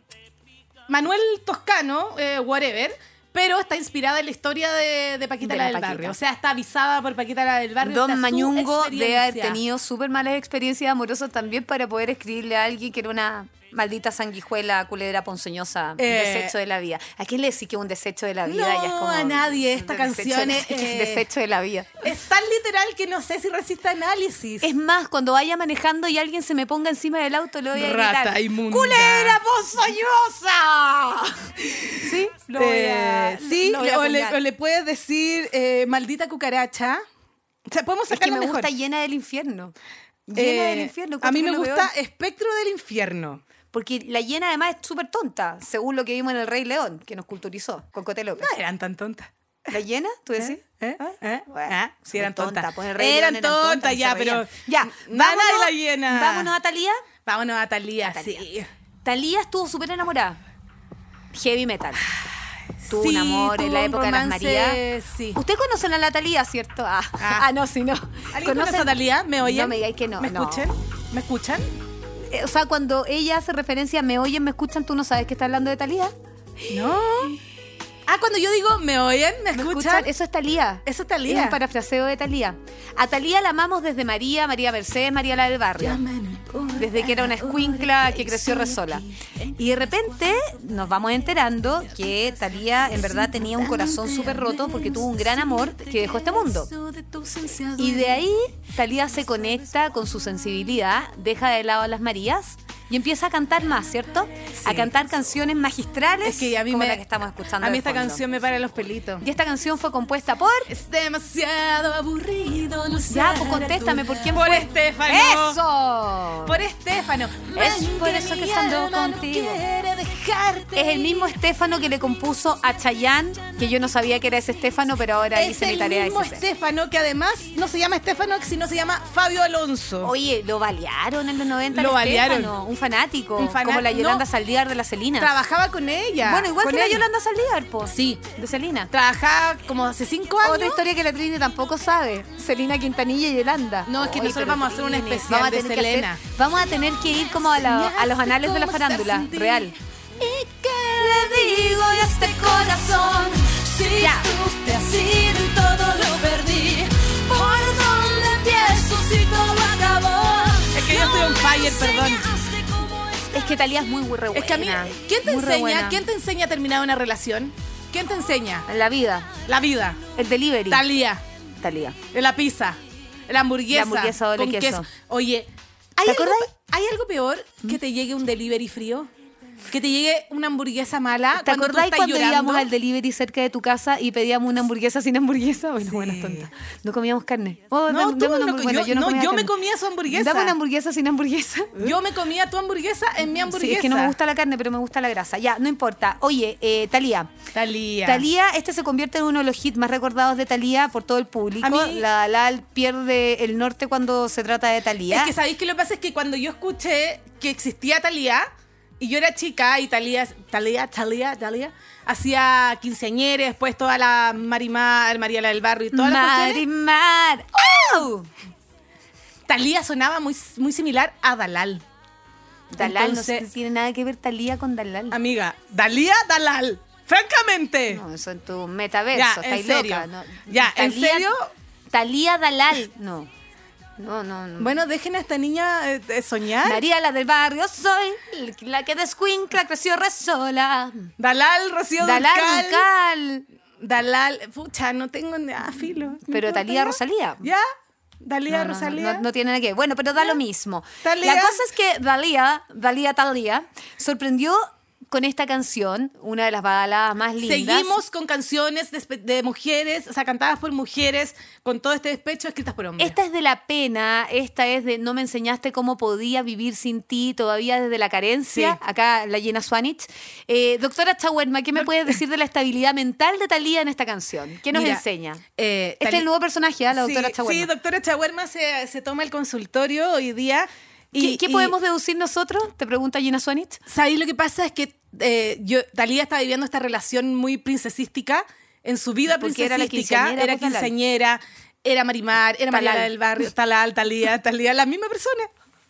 Speaker 3: Manuel Toscano, eh, whatever, pero está inspirada en la historia de, de Paquita
Speaker 4: De
Speaker 3: la
Speaker 4: la
Speaker 3: del
Speaker 4: Paquita.
Speaker 3: Barrio. O sea, está avisada por Paquita la del Barrio. está
Speaker 4: Don
Speaker 3: su
Speaker 4: Mañungo debe haber
Speaker 3: experiencia.
Speaker 4: tenido súper malas experiencias amorosas también para poder escribirle a alguien que era una maldita sanguijuela, culebra ponzoñosa,
Speaker 3: Eh.
Speaker 4: desecho de la vida. ¿A quién le decís que es un desecho de la vida?
Speaker 3: No,
Speaker 4: Ya es como-
Speaker 3: a nadie. Esta
Speaker 4: un
Speaker 3: canción
Speaker 4: de-
Speaker 3: es, eh,
Speaker 4: desecho de la vida.
Speaker 3: Es tan literal que no sé si resiste análisis.
Speaker 4: Es más, cuando vaya manejando y alguien se me ponga encima del auto, le voy a
Speaker 3: Rata
Speaker 4: gritar,
Speaker 3: inmunda.
Speaker 4: ¡Culebra ponzoñosa! ¿Sí? Lo voy a-
Speaker 3: Eh, sí,
Speaker 4: lo voy a
Speaker 3: o, le,
Speaker 4: colgar.
Speaker 3: o le puedes decir eh, maldita cucaracha. O sea, podemos
Speaker 4: Es que
Speaker 3: sacarlo
Speaker 4: me
Speaker 3: mejor.
Speaker 4: gusta llena del infierno. Llena
Speaker 3: Eh,
Speaker 4: del infierno.
Speaker 3: A mí
Speaker 4: encuentro
Speaker 3: me
Speaker 4: que es lo
Speaker 3: gusta
Speaker 4: peor.
Speaker 3: espectro del infierno.
Speaker 4: Porque la hiena además es súper tonta, según lo que vimos en El Rey León, que nos culturizó con Cote López.
Speaker 3: No eran tan tontas.
Speaker 4: ¿La hiena? ¿Tú decís?
Speaker 3: ¿Eh? ¿Eh?
Speaker 4: Bueno,
Speaker 3: Ah, sí,
Speaker 4: son
Speaker 3: eran tontas.
Speaker 4: pues, el Rey
Speaker 3: eran
Speaker 4: León eran tontas,
Speaker 3: tontas,
Speaker 4: y
Speaker 3: ya,
Speaker 4: se
Speaker 3: pero.
Speaker 4: reían. Ya,
Speaker 3: Nana
Speaker 4: vámonos-
Speaker 3: y la hiena.
Speaker 4: Vámonos a Talía.
Speaker 3: Vámonos a Talía,
Speaker 4: Thalía.
Speaker 3: sí.
Speaker 4: Talía estuvo súper enamorada. Heavy metal. Tuvo
Speaker 3: Ah, Sí,
Speaker 4: un amor en
Speaker 3: tuvo
Speaker 4: la
Speaker 3: un
Speaker 4: época de las
Speaker 3: romance,
Speaker 4: Marías.
Speaker 3: sí.
Speaker 4: Usted conocen a la Talía, ¿cierto? Ah,
Speaker 3: Ah.
Speaker 4: ah, no, sí, no.
Speaker 3: ¿Alguien conoce
Speaker 4: ¿Conocen-
Speaker 3: a Talía? ¿Me oyen?
Speaker 4: No me digáis que no.
Speaker 3: ¿Me
Speaker 4: no.
Speaker 3: escuchan? ¿Me escuchan?
Speaker 4: Eh, O sea, cuando ella hace referencia a me oyen, me escuchan, tú no sabes que está hablando de Talía.
Speaker 3: No. Ah, cuando yo digo, ¿me oyen? ¿Me
Speaker 4: ¿Me
Speaker 3: escuchan?
Speaker 4: Eso es Talía.
Speaker 3: Eso es
Speaker 4: Es
Speaker 3: Talía.
Speaker 4: un parafraseo de Talía. A Talía la amamos desde María, María Mercedes, María la del barrio. Desde que era una escuincla que creció resola. Y de repente nos vamos enterando que Talía en verdad tenía un corazón súper roto porque tuvo un gran amor que dejó este mundo. Y de ahí Talía se conecta con su sensibilidad, deja de lado a las Marías y empieza a cantar más, ¿cierto? A cantar canciones magistrales
Speaker 3: Es que a mí
Speaker 4: como
Speaker 3: me-
Speaker 4: la que estamos escuchando.
Speaker 3: A mí
Speaker 4: de
Speaker 3: esta
Speaker 4: fondo.
Speaker 3: canción me para los pelitos.
Speaker 4: Y esta canción fue compuesta por...
Speaker 3: Es demasiado aburrido. No
Speaker 4: Ya,
Speaker 3: sé.
Speaker 4: pues contéstame, ¿por quién
Speaker 3: Por
Speaker 4: fue?
Speaker 3: Estefano.
Speaker 4: ¡Eso!
Speaker 3: Por Estefano.
Speaker 4: Es por eso que estando contigo. Es el mismo Estefano que le compuso a Chayanne, que yo no sabía que era ese Estefano, pero ahora
Speaker 3: Es
Speaker 4: hice mi
Speaker 3: el
Speaker 4: tarea de
Speaker 3: mismo Estefano que además no se llama Estefano, sino se llama Fabio Alonso.
Speaker 4: Oye, lo balearon en los 90 al
Speaker 3: Lo balearon.
Speaker 4: Estefano, un fanático,
Speaker 3: Un fanático.
Speaker 4: como la Yolanda
Speaker 3: No.
Speaker 4: Saldívar de la Celina.
Speaker 3: Trabajaba con ella.
Speaker 4: bueno, igual
Speaker 3: con
Speaker 4: que la
Speaker 3: ella.
Speaker 4: Yolanda Saldívar, po.
Speaker 3: Sí.
Speaker 4: De Celina.
Speaker 3: Trabajaba como hace cinco años.
Speaker 4: Otra historia que la Trini tampoco sabe. Celina Quintanilla y Yolanda.
Speaker 3: No, es que nosotros
Speaker 4: pero
Speaker 3: vamos a hacer un especial
Speaker 4: vamos a
Speaker 3: de
Speaker 4: tener que hacer-
Speaker 3: Selena.
Speaker 4: vamos a tener que ir como a, la- a los anales de la farándula, real.
Speaker 2: ¿Y qué le digo a este corazón? Si
Speaker 4: Ya.
Speaker 2: tú te has ido y todo lo perdí, ¿por dónde empiezo si todo acabó?
Speaker 3: Es que yo estoy on fire, perdón.
Speaker 4: Es que Talía es muy re buena.
Speaker 3: Es que a mí, ¿quién te
Speaker 4: Muy re
Speaker 3: enseña?
Speaker 4: buena.
Speaker 3: ¿Quién te enseña a terminar una relación? ¿Quién te enseña?
Speaker 4: La vida,
Speaker 3: La vida.
Speaker 4: el delivery.
Speaker 3: Talía.
Speaker 4: Talía.
Speaker 3: La pizza. La hamburguesa.
Speaker 4: La hamburguesa doble
Speaker 3: con
Speaker 4: queso.
Speaker 3: Oye, ¿hay,
Speaker 4: ¿Te
Speaker 3: algo,
Speaker 4: acordás? ¿Mm?
Speaker 3: ¿hay algo peor que te llegue un delivery frío? Que te llegue una hamburguesa mala. cuando
Speaker 4: ¿Te
Speaker 3: tú
Speaker 4: acordáis
Speaker 3: estás
Speaker 4: cuando
Speaker 3: llorando?
Speaker 4: íbamos al delivery cerca de tu casa y pedíamos una hamburguesa sin hamburguesa? Bueno,
Speaker 3: Sí.
Speaker 4: buenas tontas. No comíamos carne. Oh,
Speaker 3: No,
Speaker 4: dame-
Speaker 3: tú
Speaker 4: dame una
Speaker 3: no
Speaker 4: hamburg-
Speaker 3: co-
Speaker 4: bueno,
Speaker 3: yo,
Speaker 4: no
Speaker 3: no,
Speaker 4: comía
Speaker 3: yo
Speaker 4: carne.
Speaker 3: me comía su hamburguesa.
Speaker 4: Dame una hamburguesa sin hamburguesa.
Speaker 3: Yo me comía tu hamburguesa en mi hamburguesa.
Speaker 4: ¿Mm? Sí, es que no me gusta la carne, pero me gusta la grasa. Ya, no importa. Oye, eh, Talía.
Speaker 3: Talía.
Speaker 4: Talía, este se convierte en uno de los hits más recordados de Talía por todo el público.
Speaker 3: A mí-
Speaker 4: La Lal pierde el norte cuando se trata de Talía.
Speaker 3: Es que sabéis que lo que pasa es que cuando yo escuché que existía Talía y yo era chica y Talía, Talía, Talía, Talía, hacía quinceañera, después toda la Marimar, Mariela del Barrio y todas las cuestiones,
Speaker 4: Marimar. ¡Oh!
Speaker 3: Talía sonaba muy, muy similar a Dalal.
Speaker 4: Dalal no
Speaker 3: Entonces-
Speaker 4: sé si tiene nada que ver Talía con Dalal.
Speaker 3: Amiga, Dalía, Dalal, francamente.
Speaker 4: No, eso en tu metaverso,
Speaker 3: Ya, en
Speaker 4: estáis loca,
Speaker 3: serio.
Speaker 4: no.
Speaker 3: Ya, en serio.
Speaker 4: Talía Dalal. No. No, no, no.
Speaker 3: Bueno, dejen a esta niña eh, eh, soñar.
Speaker 4: María la del barrio soy, la que descuincla creció re sola.
Speaker 3: Dalal, Rocío
Speaker 4: Dalal
Speaker 3: Dulcal.
Speaker 4: Ducal.
Speaker 3: Dalal, pucha, no tengo ni ah, filo.
Speaker 4: Pero Talía Rosalía.
Speaker 3: ¿Ya? Dalía
Speaker 4: No, no, no,
Speaker 3: Rosalía.
Speaker 4: No, no tiene nada que ver. Bueno, pero da lo mismo.
Speaker 3: Talía.
Speaker 4: La cosa es que Dalía, Dalía Talía, sorprendió con esta canción, una de las baladas más lindas.
Speaker 3: Seguimos con canciones de, espe- de mujeres, o sea, cantadas por Ah, mujeres, con todo este despecho, escritas por hombres.
Speaker 4: Esta es de la pena, esta es de no me enseñaste cómo podía vivir sin ti, todavía desde la carencia.
Speaker 3: Sí.
Speaker 4: Acá la llena Swanich. Eh, doctora Chawerma, ¿qué me puedes decir de la estabilidad mental de Talía en esta canción? ¿Qué nos
Speaker 3: Mira,
Speaker 4: enseña?
Speaker 3: eh,
Speaker 4: este es
Speaker 3: Tali-
Speaker 4: el nuevo personaje, ¿ah? la doctora
Speaker 3: sí,
Speaker 4: Chawerma.
Speaker 3: Sí, doctora Chaguerma se, se toma el consultorio hoy día. Y,
Speaker 4: ¿Qué, qué
Speaker 3: y-
Speaker 4: podemos deducir nosotros? Te pregunta Gina Swanich.
Speaker 3: ¿Sabéis lo que pasa? Es que eh, yo, Talía está viviendo esta relación muy princesística en su vida
Speaker 4: Porque era la
Speaker 3: princesística.
Speaker 4: quinceañera,
Speaker 3: Era
Speaker 4: pues, Dalal.
Speaker 3: quinceañera.
Speaker 5: Era Marimar, era Mariela
Speaker 4: Talal.
Speaker 5: del Barrio, Talal, Talía, Talía, la misma persona,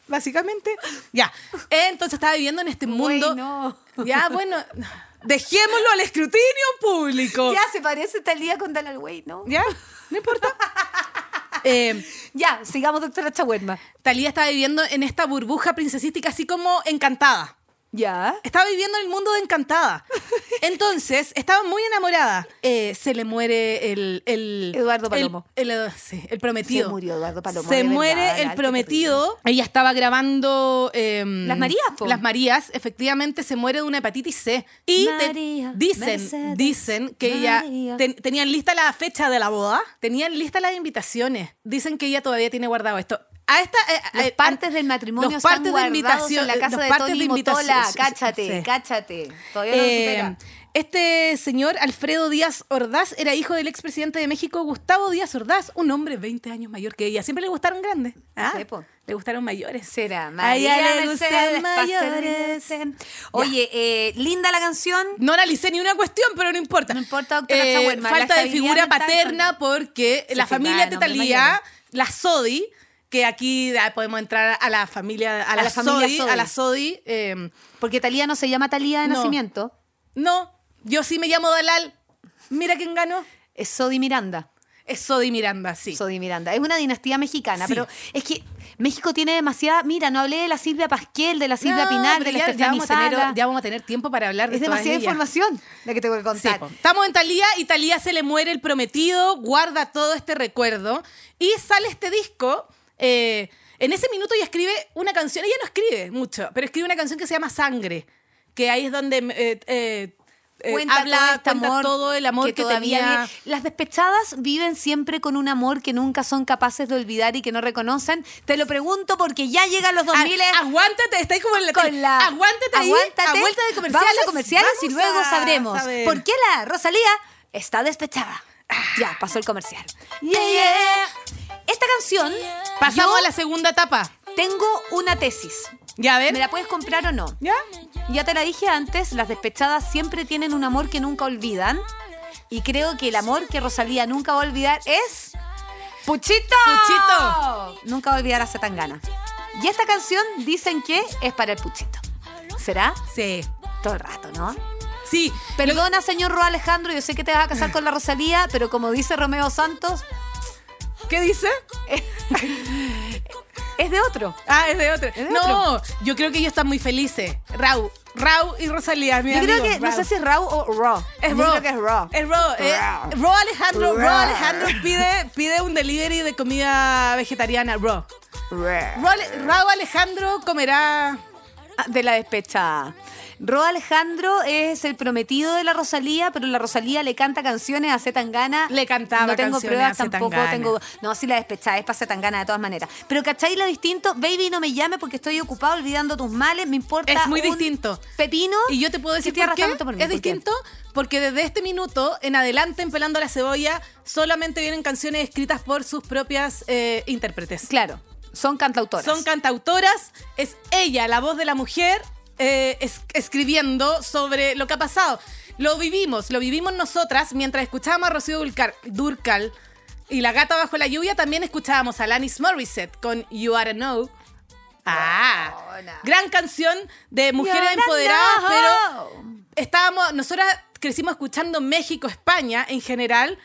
Speaker 5: básicamente. Ya. Entonces estaba viviendo en este mundo.
Speaker 4: no.
Speaker 5: Ya, bueno, dejémoslo al escrutinio público.
Speaker 4: Ya, se parece tal día con Dalal Güey, ¿no?
Speaker 5: ¿Ya? No importa. Eh,
Speaker 4: Ya, sigamos, doctora Chahuerma.
Speaker 5: Talía estaba viviendo en esta burbuja princesística así como encantada.
Speaker 4: Ya.
Speaker 5: Estaba viviendo en el mundo de encantada. Entonces, estaba muy enamorada. Eh, se le muere el... el-
Speaker 4: Eduardo Palomo.
Speaker 5: El, el- sí, el prometido.
Speaker 4: Se murió Eduardo Palomo,
Speaker 5: Se
Speaker 4: de verdad,
Speaker 5: muere
Speaker 4: Aral,
Speaker 5: el
Speaker 4: qué
Speaker 5: prometido. Ella estaba grabando... em,
Speaker 4: Las Marías, po.
Speaker 5: Las Marías, efectivamente, se muere de una hepatitis C. Y te-
Speaker 3: María,
Speaker 5: dicen,
Speaker 3: Mercedes,
Speaker 5: dicen que ella...
Speaker 3: María.
Speaker 5: ten- tenían lista la fecha de la boda. Tenían lista las invitaciones. Dicen que ella todavía tiene guardado esto. A esta... eh,
Speaker 4: Las
Speaker 5: eh,
Speaker 4: partes del matrimonio
Speaker 5: los
Speaker 4: están
Speaker 5: partes de
Speaker 4: guardados
Speaker 5: invitación-
Speaker 4: en la casa
Speaker 5: los
Speaker 4: de
Speaker 5: partes
Speaker 4: Tony
Speaker 5: de invitación-
Speaker 4: Motola.
Speaker 5: sí,
Speaker 4: Cáchate,
Speaker 5: sí.
Speaker 4: cáchate. Todavía no lo
Speaker 5: Eh,
Speaker 4: supera.
Speaker 5: este señor, Alfredo Díaz Ordaz, era hijo del expresidente de México, Gustavo Díaz Ordaz, un hombre 20 años mayor que ella. Siempre le gustaron grandes. Ah,
Speaker 4: Sí, po.
Speaker 5: le gustaron mayores.
Speaker 4: Será
Speaker 5: A ella
Speaker 4: María
Speaker 5: le gustan
Speaker 4: Mercedes
Speaker 5: mayores.
Speaker 4: Pastel. Oye, eh, linda la canción.
Speaker 5: No analicé ni una cuestión, pero no importa. Eh,
Speaker 4: No importa, doctora Chahuelma, la
Speaker 5: Falta de
Speaker 4: estabilidad
Speaker 5: figura
Speaker 4: mental
Speaker 5: paterna
Speaker 4: con-
Speaker 5: porque
Speaker 4: Sí,
Speaker 5: la
Speaker 4: sí,
Speaker 5: familia
Speaker 4: va,
Speaker 5: de
Speaker 4: no, me
Speaker 5: Talía,
Speaker 4: imagino.
Speaker 5: la Sodi, que aquí ah, podemos entrar a la familia, a la,
Speaker 4: la familia
Speaker 5: Sodi,
Speaker 4: Sodi.
Speaker 5: a la Sodi. eh,
Speaker 4: Porque Talía no se llama Talía de
Speaker 5: No.
Speaker 4: nacimiento.
Speaker 5: no, yo sí me llamo Dalal. Mira quién ganó.
Speaker 4: Es Sodi Miranda.
Speaker 5: Es Sodi Miranda, sí.
Speaker 4: Sodi Miranda. Es una dinastía mexicana,
Speaker 5: Sí.
Speaker 4: pero es que México tiene demasiada. Mira, no hablé de la Silvia Pasquel, de la Silvia
Speaker 5: No,
Speaker 4: Pinar,
Speaker 5: pero
Speaker 4: de la
Speaker 5: Ah, ya, ya
Speaker 4: Estefani
Speaker 5: vamos a tener,
Speaker 4: Sala.
Speaker 5: ya vamos a tener tiempo para hablar de
Speaker 4: Es
Speaker 5: todas
Speaker 4: demasiada
Speaker 5: ellas.
Speaker 4: información la que tengo que
Speaker 5: Sí,
Speaker 4: contar.
Speaker 5: po. Estamos en Talía y Talía se le muere el prometido, guarda todo este recuerdo y sale este disco. eh, en ese minuto ella escribe una canción, ella no escribe mucho, pero escribe una canción que se llama Sangre, que ahí es donde eh, eh, eh,
Speaker 4: Cuenta
Speaker 5: habla
Speaker 4: todo este
Speaker 5: cuenta
Speaker 4: amor
Speaker 5: todo el amor que,
Speaker 4: todavía
Speaker 5: tenía.
Speaker 4: vive. Las despechadas viven siempre con un amor que nunca son capaces de olvidar y que no reconocen. Te lo pregunto porque ya llegan los 2000
Speaker 5: A- Ah, aguántate, estáis como en la,
Speaker 4: con
Speaker 5: tele.
Speaker 4: la
Speaker 5: Aguántate ahí,
Speaker 4: aguántate.
Speaker 5: a vuelta de comerciales.
Speaker 4: Vamos a comerciales y
Speaker 5: vamos
Speaker 4: luego
Speaker 5: a
Speaker 4: sabremos
Speaker 5: saber.
Speaker 4: por qué la Rosalía está despechada. Ya, pasó el comercial.
Speaker 5: Yeah, yeah.
Speaker 4: Esta canción,
Speaker 5: Pasamos
Speaker 4: yo
Speaker 5: a la segunda etapa.
Speaker 4: tengo una tesis.
Speaker 5: Ya, a ver.
Speaker 4: ¿Me la puedes comprar o no?
Speaker 5: ¿Eh? ¿Ya?
Speaker 4: Ya te la dije antes, las despechadas siempre tienen un amor que nunca olvidan. Y creo que el amor que Rosalía nunca va a olvidar es. ¡Puchito!
Speaker 5: Puchito.
Speaker 4: Nunca va a olvidar a Satangana. Y esta canción dicen que es para el Puchito. ¿Será?
Speaker 5: Sí.
Speaker 4: Todo el rato, ¿no?
Speaker 5: Sí.
Speaker 4: Perdona, señor Ro Alejandro, yo sé que te vas a casar con la Rosalía, pero como dice Romeo Santos,
Speaker 5: ¿Qué dice?
Speaker 4: es de otro.
Speaker 5: Ah, es de otro.
Speaker 4: de
Speaker 5: no, yo creo que ellos están muy felices. Rau, Rau y Rosalía. mi
Speaker 4: Yo creo
Speaker 5: amigo,
Speaker 4: que, no
Speaker 5: Rau.
Speaker 4: sé si es Raw o Raw.
Speaker 5: Es
Speaker 4: Yo
Speaker 5: Ro.
Speaker 4: creo que es Raw.
Speaker 5: Es Ro. eh,
Speaker 4: Rau.
Speaker 5: Ro Alejandro. Ro
Speaker 4: Rau.
Speaker 5: Alejandro pide, pide un delivery de comida vegetariana. Ro. Ro Ale- Rau Alejandro comerá.
Speaker 4: Ah, De la despechada. Ro Alejandro es el prometido de la Rosalía, pero la Rosalía le canta canciones a Zetangana.
Speaker 5: Le cantaba
Speaker 4: No tengo
Speaker 5: canciones
Speaker 4: pruebas
Speaker 5: a
Speaker 4: tampoco.
Speaker 5: Zetangana.
Speaker 4: Tengo, no, sí, la despechada es para Zetangana de todas maneras. Pero ¿cachai lo distinto? Baby, no me llame porque estoy ocupado olvidando tus males. Me importa.
Speaker 5: Es muy
Speaker 4: un
Speaker 5: distinto.
Speaker 4: Pepino.
Speaker 5: Y yo te puedo
Speaker 4: que
Speaker 5: decir
Speaker 4: esté
Speaker 5: por qué.
Speaker 4: arrastrándote por mí,
Speaker 5: es
Speaker 4: ¿por qué?
Speaker 5: distinto porque desde este minuto en adelante, en Pelando la Cebolla, solamente vienen canciones escritas por sus propias eh, intérpretes.
Speaker 4: Claro, son cantautoras.
Speaker 5: Son cantautoras, es ella, la voz de la mujer, eh, es- escribiendo sobre lo que ha pasado. Lo vivimos, lo vivimos nosotras mientras escuchábamos a Rocío Dulcar- Durcal y La Gata Bajo la Lluvia, también escuchábamos a Alanis Morissette con You Are a No. Ah, gran canción de mujeres
Speaker 4: You're a
Speaker 5: empoderadas,
Speaker 4: no.
Speaker 5: pero estábamos, nosotras crecimos escuchando México, España en general.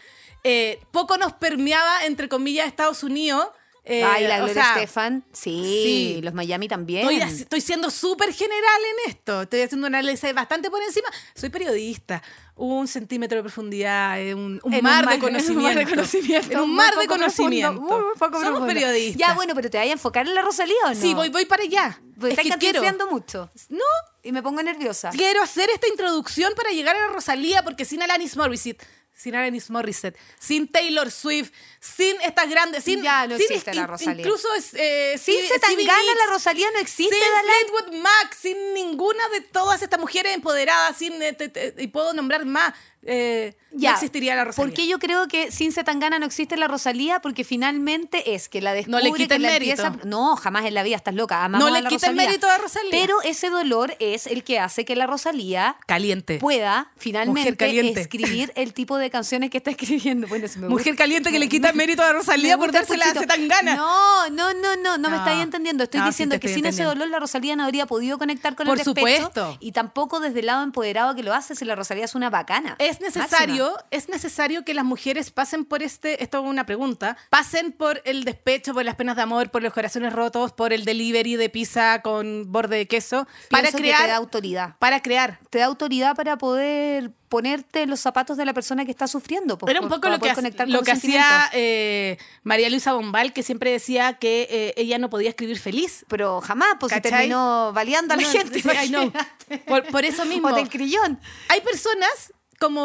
Speaker 5: eh, poco nos permeaba, entre comillas, Estados Unidos. eh,
Speaker 4: Ay, la
Speaker 5: o
Speaker 4: Gloria
Speaker 5: sea,
Speaker 4: Estefan. Sí,
Speaker 5: sí.
Speaker 4: los Miami también.
Speaker 5: Estoy, haci- estoy siendo súper general en esto. Estoy haciendo un análisis bastante por encima. Soy periodista. Un centímetro de profundidad, eh, un, un
Speaker 4: En
Speaker 5: mar de
Speaker 4: en
Speaker 5: conocimiento.
Speaker 4: Un mar de conocimiento.
Speaker 5: En un
Speaker 4: Muy
Speaker 5: mar de
Speaker 4: poco
Speaker 5: conocimiento.
Speaker 4: profundo, muy, muy poco
Speaker 5: Somos
Speaker 4: profundo.
Speaker 5: periodistas.
Speaker 4: Ya, bueno, pero ¿te vas a enfocar en la Rosalía o no?
Speaker 5: Sí, voy, voy para allá.
Speaker 4: Porque
Speaker 5: es que
Speaker 4: estás
Speaker 5: quiero,
Speaker 4: cantinfleando mucho. No. Y me pongo nerviosa.
Speaker 5: quiero hacer esta introducción para llegar a la Rosalía, porque sin Alanis Morissette, sin Alanis Morissette, sin Taylor Swift, sin estas grandes, sin,
Speaker 4: Ya no
Speaker 5: sin
Speaker 4: existe la
Speaker 5: in-
Speaker 4: Rosalía.
Speaker 5: Incluso es, eh,
Speaker 4: Sin
Speaker 5: Stevie- Stevie
Speaker 4: Zetangana,
Speaker 5: Nicks.
Speaker 4: la Rosalía no existe,
Speaker 5: sin
Speaker 4: Dalai.
Speaker 5: Fleetwood Mac, sin ninguna de todas estas mujeres empoderadas, sin eh, te- te- y puedo nombrar más. eh,
Speaker 4: Ya,
Speaker 5: no existiría la Rosalía.
Speaker 4: Porque yo creo que sin Zetangana no existe la Rosalía, porque finalmente es que la
Speaker 5: No
Speaker 4: descubre,
Speaker 5: le quita
Speaker 4: que
Speaker 5: el
Speaker 4: la
Speaker 5: mérito.
Speaker 4: empieza- No, jamás en la vida, estás loca. amamos
Speaker 5: no
Speaker 4: a
Speaker 5: le
Speaker 4: la
Speaker 5: quita el
Speaker 4: Rosalía.
Speaker 5: mérito a Rosalía.
Speaker 4: Pero ese dolor es el que hace que la Rosalía
Speaker 5: caliente.
Speaker 4: pueda finalmente
Speaker 5: caliente.
Speaker 4: escribir el tipo de canciones que está escribiendo. Bueno, si me gusta-
Speaker 5: Mujer caliente que le quita mérito a
Speaker 4: me
Speaker 5: Rosalía por
Speaker 4: gusta el
Speaker 5: dársela
Speaker 4: puchito.
Speaker 5: hace tan gana.
Speaker 4: No, no, no, no, no me
Speaker 5: No.
Speaker 4: estáis entendiendo. Estoy
Speaker 5: No, sí
Speaker 4: diciendo
Speaker 5: te
Speaker 4: que
Speaker 5: estoy
Speaker 4: sin ese
Speaker 5: entendiendo.
Speaker 4: dolor la Rosalía no habría podido conectar con
Speaker 5: Por
Speaker 4: el despecho.
Speaker 5: supuesto.
Speaker 4: Y tampoco desde el lado empoderado que lo hace, si la Rosalía es una bacana.
Speaker 5: Es necesario,
Speaker 4: Máxima.
Speaker 5: es necesario que las mujeres pasen por este, esto es una pregunta, pasen por el despecho, por las penas de amor, por los corazones rotos, por el delivery de pizza con borde de queso, para
Speaker 4: Pienso que te da
Speaker 5: crear,
Speaker 4: autoridad.
Speaker 5: para crear.
Speaker 4: te da autoridad para poder ponerte en los zapatos de la persona que está sufriendo. po,
Speaker 5: Era un
Speaker 4: po-
Speaker 5: poco
Speaker 4: para
Speaker 5: lo que,
Speaker 4: poder
Speaker 5: ha-
Speaker 4: conectar con
Speaker 5: lo
Speaker 4: los
Speaker 5: que hacía
Speaker 4: sentimientos.
Speaker 5: eh, María Luisa Bombal, que siempre decía que eh, ella no podía escribir feliz.
Speaker 4: Pero jamás, pues se
Speaker 5: ¿Cachai?
Speaker 4: terminó baleando a la
Speaker 5: No,
Speaker 4: gente.
Speaker 5: sí, ay, no.
Speaker 4: imagínate.
Speaker 5: Por, por eso mismo.
Speaker 4: O del crillón.
Speaker 5: Hay personas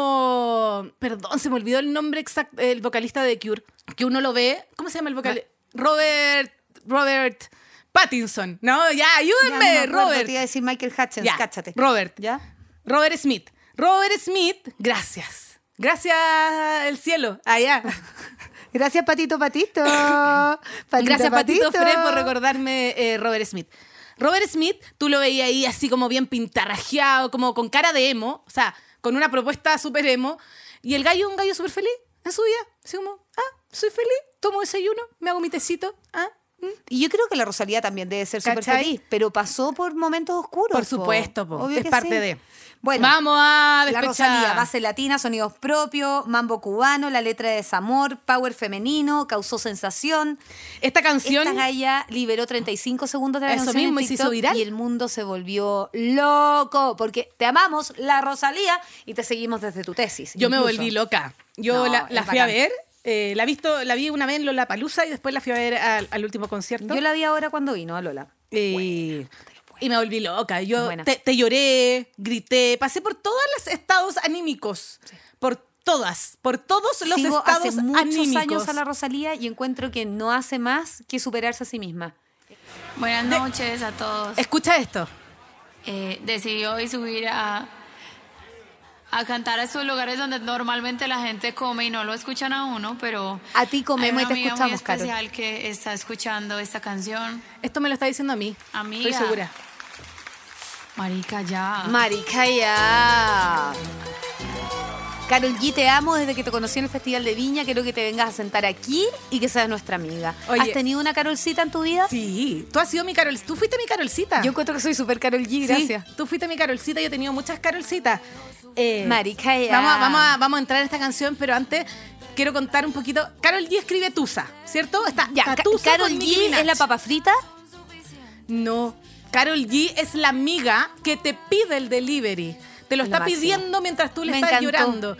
Speaker 5: como. Perdón, se me olvidó el nombre exacto. El vocalista de Cure. Que uno lo ve. ¿Cómo se llama el vocalista? Robert. Robert Pattinson. No, ya,
Speaker 4: Ya, no me
Speaker 5: ayúdenme,
Speaker 4: acuerdo,
Speaker 5: Robert.
Speaker 4: Te iba a decir Michael Hutchins,
Speaker 5: Ya,
Speaker 4: cáchate.
Speaker 5: Robert.
Speaker 4: ¿Ya?
Speaker 5: Robert Smith. Robert Smith, gracias. Gracias el cielo. Allá.
Speaker 4: Gracias, Patito Patito. Patito,
Speaker 5: Gracias, Patito Fred, por recordarme eh, Robert Smith. Robert Smith, tú lo veías ahí así como bien pintarrajeado, como con cara de emo, o sea, con una propuesta súper emo. Y el gallo, un gallo súper feliz en su vida. Así como, ah, soy feliz, tomo desayuno, me hago mi tecito, ah. mm.
Speaker 4: Y yo creo que la Rosalía también debe ser súper
Speaker 5: ¿Cachai?
Speaker 4: feliz, pero pasó por momentos oscuros.
Speaker 5: Por
Speaker 4: po.
Speaker 5: supuesto, po.
Speaker 4: Obvio
Speaker 5: es
Speaker 4: que
Speaker 5: parte
Speaker 4: sí.
Speaker 5: de.
Speaker 4: Bueno,
Speaker 5: Vamos a
Speaker 4: La
Speaker 5: despechar.
Speaker 4: Rosalía, base latina, sonidos propios, mambo cubano, la letra de desamor, power femenino, causó sensación.
Speaker 5: Esta canción.
Speaker 4: Esta galla liberó 35 segundos de la
Speaker 5: Eso
Speaker 4: canción en
Speaker 5: mismo, y se hizo
Speaker 4: TikTok
Speaker 5: viral.
Speaker 4: Y el mundo se volvió loco, porque te amamos, la Rosalía, y te seguimos desde tu tesis.
Speaker 5: Yo me
Speaker 4: incluso.
Speaker 5: volví loca.
Speaker 4: No,
Speaker 5: Yo la, la
Speaker 4: es
Speaker 5: fui a
Speaker 4: bacán.
Speaker 5: ver. eh, la, he visto, la vi una vez en Lollapalooza y después la fui a ver al, al último concierto.
Speaker 4: Yo la vi ahora cuando vino a Lola.
Speaker 5: Y, Eh, y me volví loca. Yo
Speaker 4: Buena.
Speaker 5: te, te lloré, grité, pasé por todos los estados anímicos. Por todas, por todos los
Speaker 4: Sigo
Speaker 5: estados
Speaker 4: hace muchos
Speaker 5: anímicos.
Speaker 4: años a la Rosalía y encuentro que no hace más que superarse a sí misma.
Speaker 6: Buenas noches a todos.
Speaker 5: Escucha esto.
Speaker 6: Eh, decidí hoy subir a, a cantar a estos lugares donde normalmente la gente come y no lo escuchan a uno, pero
Speaker 4: A ti comemos
Speaker 6: hay
Speaker 4: y te
Speaker 6: una amiga
Speaker 4: escuchamos,
Speaker 6: muy
Speaker 4: Carol.
Speaker 6: especial que está escuchando esta canción.
Speaker 5: Esto me lo está diciendo a mí.
Speaker 6: Amiga.
Speaker 5: Estoy segura.
Speaker 6: Marica, ya.
Speaker 4: Ah. Maricaya. Carol G, te amo desde que te conocí en el Festival de Viña. Quiero que te vengas a sentar aquí y que seas nuestra amiga.
Speaker 5: Oye.
Speaker 4: ¿Has tenido una Carolcita en tu vida?
Speaker 5: Sí, tú has sido mi Carol, tú fuiste mi Carolcita.
Speaker 4: Yo encuentro que soy súper Carol G,
Speaker 5: Sí,
Speaker 4: gracias.
Speaker 5: tú fuiste mi Carolcita, yo he tenido muchas Carolcitas. Eh,
Speaker 4: Maricaya.
Speaker 5: Vamos, a- vamos, a, Ah, vamos a entrar en esta canción, pero antes quiero contar un poquito. Carol G escribe Tusa, ¿cierto? Está
Speaker 4: Ya,
Speaker 5: está
Speaker 4: Ca-
Speaker 5: Tusa
Speaker 4: Carol
Speaker 5: con Nicki
Speaker 4: G
Speaker 5: Minaj.
Speaker 4: es la papa frita.
Speaker 5: No, Carol G es la amiga que te pide el delivery. Te lo
Speaker 4: Lo
Speaker 5: está
Speaker 4: máximo.
Speaker 5: pidiendo mientras tú le
Speaker 4: Me
Speaker 5: estás
Speaker 4: encantó.
Speaker 5: llorando.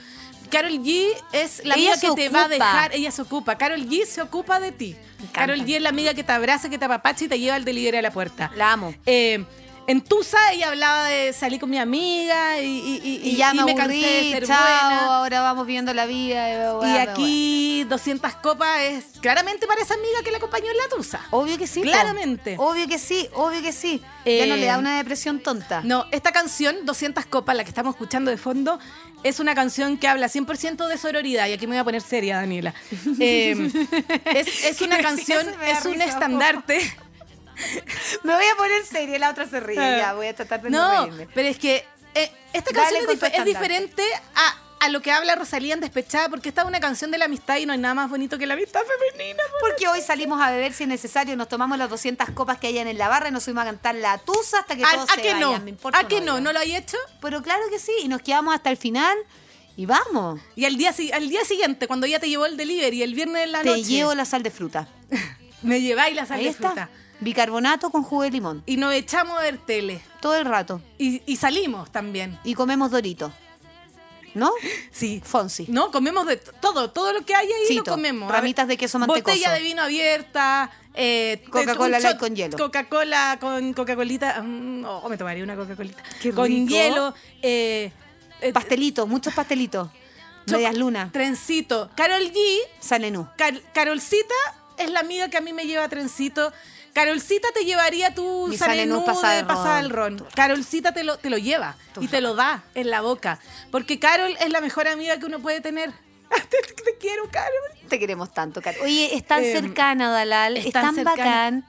Speaker 5: Carol G es
Speaker 4: Ella
Speaker 5: la amiga que
Speaker 4: se
Speaker 5: te va a
Speaker 4: ocupa.
Speaker 5: dejar, ella se ocupa. Carol G se ocupa de ti.
Speaker 4: encanta.
Speaker 5: Carol G es la amiga que te abraza, que te apapacha y te lleva el delivery a la puerta.
Speaker 4: La amo.
Speaker 5: Eh, en Tusa ella hablaba de salir con mi amiga y, y- y-
Speaker 4: Y,
Speaker 5: y-
Speaker 4: ya
Speaker 5: y
Speaker 4: me,
Speaker 5: me
Speaker 4: aburrí,
Speaker 5: cansé de ser
Speaker 4: chao,
Speaker 5: buena.
Speaker 4: ahora vamos viendo la vida. eh,
Speaker 5: Y
Speaker 4: bueno,
Speaker 5: aquí 200 copas es claramente para esa amiga que la acompañó en la Tusa.
Speaker 4: bueno. Obvio que sí. po.
Speaker 5: Claramente.
Speaker 4: Obvio que sí, obvio que sí. ya
Speaker 5: Eh,
Speaker 4: no le da una depresión tonta.
Speaker 5: No, esta canción, 200 copas, la que estamos escuchando de fondo, es una canción que habla 100% de sororidad. Y aquí me voy a poner seria, Daniela. Eh, es, es una canción,
Speaker 4: eso me da
Speaker 5: es un
Speaker 4: risa, po.
Speaker 5: estandarte.
Speaker 4: Me voy a poner seria, la otra se ríe. Ya, voy a tratar de no,
Speaker 5: Ah. No,
Speaker 4: reírme.
Speaker 5: pero es que eh, esta
Speaker 4: Dale
Speaker 5: canción
Speaker 4: con
Speaker 5: es,
Speaker 4: tu
Speaker 5: dif- es
Speaker 4: estandarte.
Speaker 5: diferente a, a lo que habla Rosalía en Despechada, porque esta es una canción de la amistad y no hay nada más bonito que la amistad femenina.
Speaker 4: Porque hoy salimos a beber si es necesario, nos tomamos las 200 copas que hayan en la barra y nos subimos a cantar la tusa hasta que
Speaker 5: ¿A,
Speaker 4: todos
Speaker 5: Ah, a
Speaker 4: se
Speaker 5: que no?
Speaker 4: vayan, me importa
Speaker 5: ¿A que no?
Speaker 4: ya.
Speaker 5: ¿No lo hay hecho?
Speaker 4: Pero claro que sí, y nos quedamos hasta el final y vamos.
Speaker 5: Y al día, si- al día siguiente, cuando ya te llevó el delivery, el viernes de la
Speaker 4: Te
Speaker 5: noche,
Speaker 4: llevo la sal de fruta.
Speaker 5: me lleváis la sal
Speaker 4: Ahí
Speaker 5: de
Speaker 4: está.
Speaker 5: fruta.
Speaker 4: Bicarbonato con jugo de limón.
Speaker 5: Y nos echamos a ver tele.
Speaker 4: Todo el rato.
Speaker 5: Y, y salimos también.
Speaker 4: Y comemos dorito. ¿No?
Speaker 5: Sí.
Speaker 4: Fonsi.
Speaker 5: No, comemos de t- todo, todo lo que hay ahí
Speaker 4: Chito,
Speaker 5: lo comemos.
Speaker 4: ramitas de queso mantecoso.
Speaker 5: Botella de vino abierta, eh, te-
Speaker 4: Coca-Cola
Speaker 5: un shot,
Speaker 4: light con hielo.
Speaker 5: Coca-Cola con Coca-Colita, mm, o me tomaría una Coca-Colita.
Speaker 4: Qué
Speaker 5: Con
Speaker 4: rico.
Speaker 5: hielo, eh, eh,
Speaker 4: Pastelitos, muchos pastelitos.
Speaker 5: cho-
Speaker 4: Medias lunas.
Speaker 5: trencito. Carol G,
Speaker 4: Salenú.
Speaker 5: Car- Carolcita es la amiga que a mí me lleva a trencito. Carolcita te llevaría tu
Speaker 4: Mi Sanenú
Speaker 5: sanenú de
Speaker 4: pasada al
Speaker 5: pasada
Speaker 4: ron.
Speaker 5: al ron. Carolcita te lo, te lo lleva y te lo da en la boca. Porque Carol es la mejor amiga que uno puede tener. Ah, te, te quiero, Carol.
Speaker 4: Te queremos tanto, Carol. Oye, es tan
Speaker 5: Em,
Speaker 4: cercana, Dalal.
Speaker 5: es
Speaker 4: Es tan,
Speaker 5: tan cercana.
Speaker 4: bacán.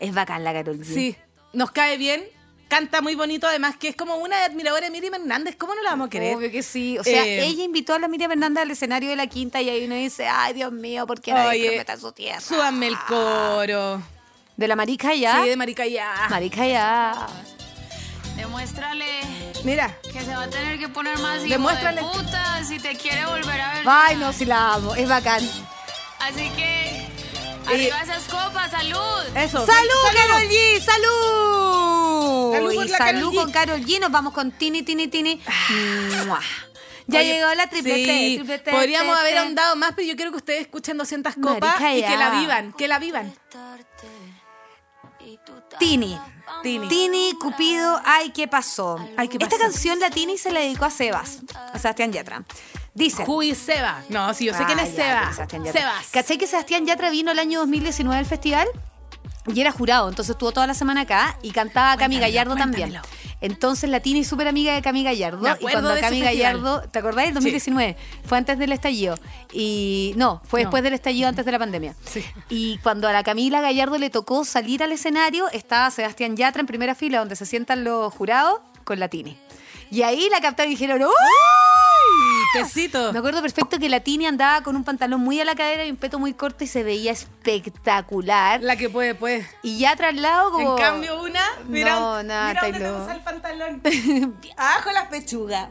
Speaker 4: Es bacán la Carol. G.
Speaker 5: Sí, nos cae bien. Canta muy bonito, además, que es como una admiradora de Miriam Hernández. ¿Cómo no la vamos a querer?
Speaker 4: Obvio que sí. O sea,
Speaker 5: Eh,
Speaker 4: ella invitó a la Miriam Hernández al escenario de la quinta y ahí uno dice, ay, Dios mío, ¿por qué nadie
Speaker 5: Oye,
Speaker 4: prometa su tierra?
Speaker 5: Súbanme el coro.
Speaker 4: De la marica ya.
Speaker 5: Sí, de Maricayá.
Speaker 4: Marica ya.
Speaker 6: Demuéstrale
Speaker 5: Mira,
Speaker 6: que se va a tener que poner más hijo
Speaker 5: Demuéstrale
Speaker 6: de
Speaker 5: que-
Speaker 6: puta si te quiere volver a ver.
Speaker 4: Ay, no, si la amo. Es bacán.
Speaker 6: Así que
Speaker 4: Eh,
Speaker 6: arriba esas copas, salud.
Speaker 5: eso.
Speaker 4: ¡Salud, Carol G! ¡Salud!
Speaker 5: Salud por
Speaker 4: Y
Speaker 5: la
Speaker 4: salud
Speaker 5: Karol G.
Speaker 4: con Carol G. Nos vamos con Tini, Tini, Tini. ¡Mua! Ya
Speaker 5: Oye,
Speaker 4: llegó la triple
Speaker 5: sí,
Speaker 4: T, triple T,
Speaker 5: Podríamos
Speaker 4: T,
Speaker 5: haber
Speaker 4: T.
Speaker 5: ahondado más, pero yo quiero que ustedes escuchen 200 copas
Speaker 4: Marica,
Speaker 5: y
Speaker 4: ya.
Speaker 5: que la vivan, que la vivan.
Speaker 4: Tini.
Speaker 5: Tini.
Speaker 4: Tini, Cupido, ay, ¿qué pasó?
Speaker 5: Ay, ¿qué
Speaker 4: Esta
Speaker 5: pasó?
Speaker 4: canción la Tini se la dedicó a Sebas, a Sebastián Yatra. Dice.
Speaker 5: Juy Seba. No, sí, yo sé
Speaker 4: Ah,
Speaker 5: quién es
Speaker 4: ya,
Speaker 5: Seba.
Speaker 4: pero Sebastián Yatra.
Speaker 5: Sebas.
Speaker 4: ¿Cachai que Sebastián Yatra vino el año 2019 al festival? Y era jurado, entonces estuvo toda la semana acá y cantaba Cami
Speaker 5: Cuéntamelo,
Speaker 4: Gallardo también.
Speaker 5: cuéntamelo.
Speaker 4: Entonces la Tini es súper amiga de Cami Gallardo.
Speaker 5: Me
Speaker 4: Y
Speaker 5: acuerdo
Speaker 4: cuando
Speaker 5: de ese
Speaker 4: Cami
Speaker 5: festival.
Speaker 4: Gallardo, ¿te acordás del 2019? Fue antes del estallido. Y no, fue
Speaker 5: No.
Speaker 4: después del estallido, antes de la pandemia.
Speaker 5: Sí.
Speaker 4: Y cuando a la Camila Gallardo le tocó salir al escenario, estaba Sebastián Yatra en primera fila, donde se sientan los jurados con la Tini. Y ahí la captaron y dijeron, ¡Oh! ¡Uy!
Speaker 5: Tecito.
Speaker 4: Me acuerdo perfecto que la Tini andaba con un pantalón muy a la cadera y un peto muy corto y se veía espectacular.
Speaker 5: La que puede, puede.
Speaker 4: Y ya tras lado como...
Speaker 5: En cambio, una, mira,
Speaker 4: Oh. No,
Speaker 5: un-
Speaker 4: nada,
Speaker 5: mira dónde
Speaker 4: estáis
Speaker 5: te
Speaker 4: loco.
Speaker 5: usa el pantalón. Abajo las pechugas.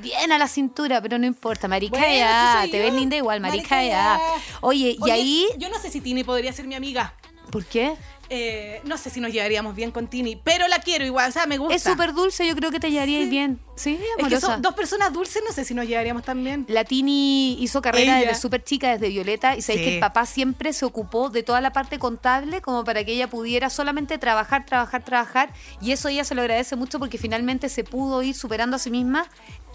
Speaker 4: Bien a la cintura, pero no importa, maricaya,
Speaker 5: Bueno, sí soy
Speaker 4: te
Speaker 5: yo.
Speaker 4: ves linda igual, maricaya.
Speaker 5: Maricaya.
Speaker 4: Oye, y
Speaker 5: Oye,
Speaker 4: ahí...
Speaker 5: Yo no sé si Tini podría ser mi amiga.
Speaker 4: ¿Por qué?
Speaker 5: Eh, no sé si nos llevaríamos bien con Tini, pero la quiero igual, o sea, me gusta.
Speaker 4: Es súper dulce, yo creo que te llevaríais bien. Sí,
Speaker 5: Es que
Speaker 4: amorosa.
Speaker 5: son dos personas dulces, no sé si nos llevaríamos tan bien.
Speaker 4: La Tini hizo carrera
Speaker 5: Ella.
Speaker 4: desde súper chica, desde Violeta, y sabéis
Speaker 5: Sí.
Speaker 4: que el papá siempre se ocupó de toda la parte contable como para que ella pudiera solamente trabajar, trabajar, trabajar, y eso ella se lo agradece mucho porque finalmente se pudo ir superando a sí misma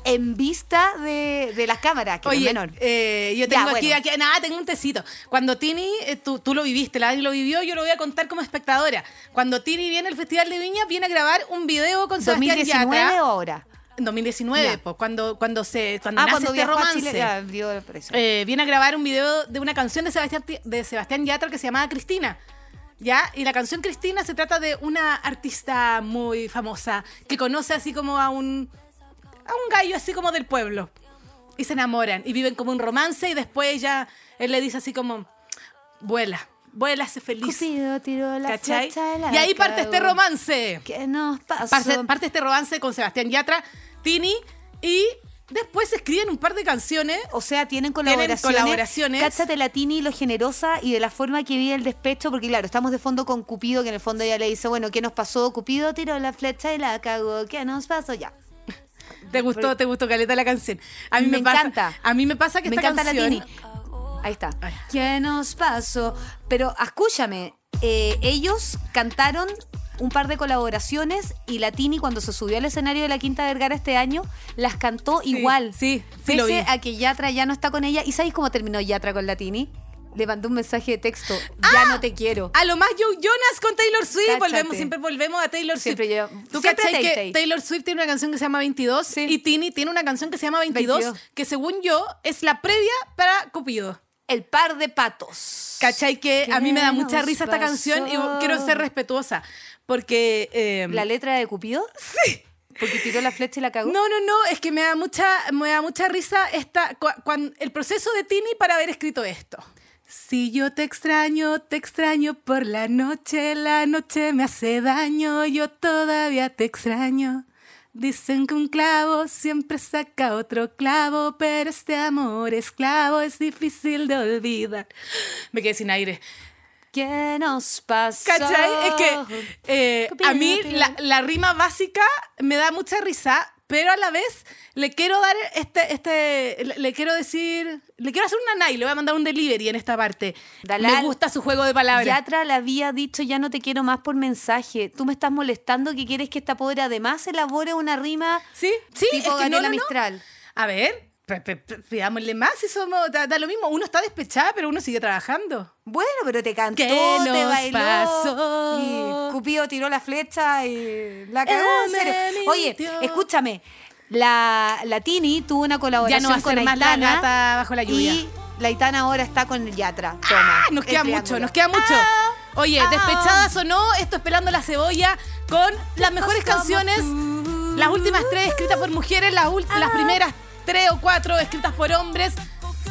Speaker 4: en vista de, de las cámaras, que no es
Speaker 5: Oye,
Speaker 4: menor.
Speaker 5: eh, yo
Speaker 4: Ya,
Speaker 5: tengo aquí,
Speaker 4: bueno.
Speaker 5: aquí, nada, tengo un tecito. Cuando Tini, eh, tú, tú lo viviste, la Dani lo vivió, yo lo voy a contar como espectadora. Cuando Tini viene al Festival de Viña, viene a grabar un video con Sebastián
Speaker 4: 2019 o
Speaker 5: Yatra.
Speaker 4: ahora.
Speaker 5: 2019,
Speaker 4: Ya.
Speaker 5: pues, cuando, cuando se cuando
Speaker 4: Ah,
Speaker 5: nace
Speaker 4: cuando
Speaker 5: este
Speaker 4: viajó
Speaker 5: romance.
Speaker 4: a Chile, ya, dio por eso.
Speaker 5: Eh, viene a grabar un video de una canción de Sebastián, Ti- de Sebastián Yatra que se llamaba Cristina. ¿Ya? Y la canción Cristina se trata de una artista muy famosa que conoce así como a un, a un gallo así como del pueblo. Y se enamoran y viven como un romance y después ya él le dice así como, vuela, vuela, sé feliz.
Speaker 4: Cupido tiró la
Speaker 5: ¿Cachai?
Speaker 4: flecha del
Speaker 5: Y ahí parte
Speaker 4: arcabuz.
Speaker 5: este romance.
Speaker 4: ¿Qué nos pasó?
Speaker 5: Parte, parte este romance con Sebastián Yatra, Tini y después escriben un par de canciones
Speaker 4: O sea, tienen
Speaker 5: Tienen
Speaker 4: colaboraciones.
Speaker 5: colaboraciones.
Speaker 4: Cáchate la Tini, lo generosa y de la forma que vive el despecho, porque claro, estamos de fondo con Cupido, que en el fondo ella le dice, bueno, ¿qué nos pasó? Cupido tiró la flecha y la cagó, ¿qué nos pasó? Ya.
Speaker 5: Te gustó, te gustó Caleta la canción. A mí me,
Speaker 4: Me
Speaker 5: pasa,
Speaker 4: encanta.
Speaker 5: A mí me pasa que
Speaker 4: Me
Speaker 5: esta
Speaker 4: encanta la
Speaker 5: canción-
Speaker 4: Tini. Ahí está.
Speaker 5: Ay.
Speaker 4: ¿Qué nos pasó? Pero escúchame, eh, ellos cantaron un par de colaboraciones y la Tini cuando se subió al escenario de la Quinta Vergara este año, las cantó
Speaker 5: Sí,
Speaker 4: igual.
Speaker 5: Sí, sí
Speaker 4: Pese
Speaker 5: lo vi.
Speaker 4: a que Yatra ya no está con ella. ¿Y sabéis cómo terminó Yatra con Latini? Le mandó un mensaje de texto.
Speaker 5: Ah.
Speaker 4: Ya no te quiero.
Speaker 5: A lo más Joe Jonas con Taylor Swift.
Speaker 4: Cáchate.
Speaker 5: Volvemos, siempre volvemos a Taylor Swift.
Speaker 4: Siempre yo-
Speaker 5: ¿Tú
Speaker 4: siempre
Speaker 5: cachai
Speaker 4: Tay
Speaker 5: que
Speaker 4: Tay.
Speaker 5: Taylor Swift tiene una canción que se llama 22? Y Tini tiene una canción que se llama 22,
Speaker 4: 22.
Speaker 5: que según yo es la previa para Cupido.
Speaker 4: El par de patos.
Speaker 5: ¿Cachai? Que a mí me da
Speaker 4: ¿Qué
Speaker 5: mucha
Speaker 4: nos
Speaker 5: risa esta canción y
Speaker 4: pasó?
Speaker 5: quiero ser respetuosa. Porque. eh,
Speaker 4: ¿La letra de Cupido? Sí. Porque tiró la flecha y la cagó.
Speaker 5: No, no, no, es que me da mucha, me da mucha risa esta, cua- cuan- el proceso de Tini para haber escrito esto. Si yo te extraño, te extraño por la noche, la noche me hace daño, yo todavía te extraño. Dicen que un clavo siempre saca otro clavo, pero este amor esclavo es difícil de olvidar. Me quedé sin aire.
Speaker 4: ¿Qué nos pasó?
Speaker 5: ¿Cachai? Es que eh, a mí la, la rima básica me da mucha risa, pero a la vez le quiero dar este, este le, le quiero decir, le quiero hacer una nai, le voy a mandar un delivery en esta parte.
Speaker 4: Dalal.
Speaker 5: Me gusta su juego de palabras.
Speaker 4: Yatra le había dicho ya no te quiero más por mensaje. Tú me estás molestando que quieres que esta pobre además elabore una rima
Speaker 5: ¿Sí? Sí,
Speaker 4: tipo
Speaker 5: es que no,
Speaker 4: Gabriela
Speaker 5: no, no.
Speaker 4: Mistral.
Speaker 5: A ver, pe- pe- pe- Pidámosle más, si somos, da, da lo mismo. Uno está despechada, pero uno sigue trabajando.
Speaker 4: Bueno, pero te cantó,
Speaker 5: ¿Qué
Speaker 4: te
Speaker 5: nos
Speaker 4: bailó.
Speaker 5: pasó?
Speaker 4: Y Cupido tiró la flecha y la cagó. en
Speaker 5: Él me
Speaker 4: serio. Oye,
Speaker 5: mintió.
Speaker 4: escúchame. La, la Tini tuvo una colaboración
Speaker 5: Ya no va a
Speaker 4: con
Speaker 5: ser más la
Speaker 4: Aitana
Speaker 5: gata bajo la lluvia.
Speaker 4: Y la Aitana ahora está con el Yatra. Toma.
Speaker 5: Ah, nos
Speaker 4: el
Speaker 5: queda
Speaker 4: triángulo. Ah,
Speaker 5: mucho, nos queda mucho. Oye, despechadas o no, esto es Pelando la Cebolla con las mejores
Speaker 4: como
Speaker 5: canciones,
Speaker 4: tú. Ah.
Speaker 5: las últimas tres escritas por mujeres, las, ult- las primeras tres o cuatro escritas por hombres.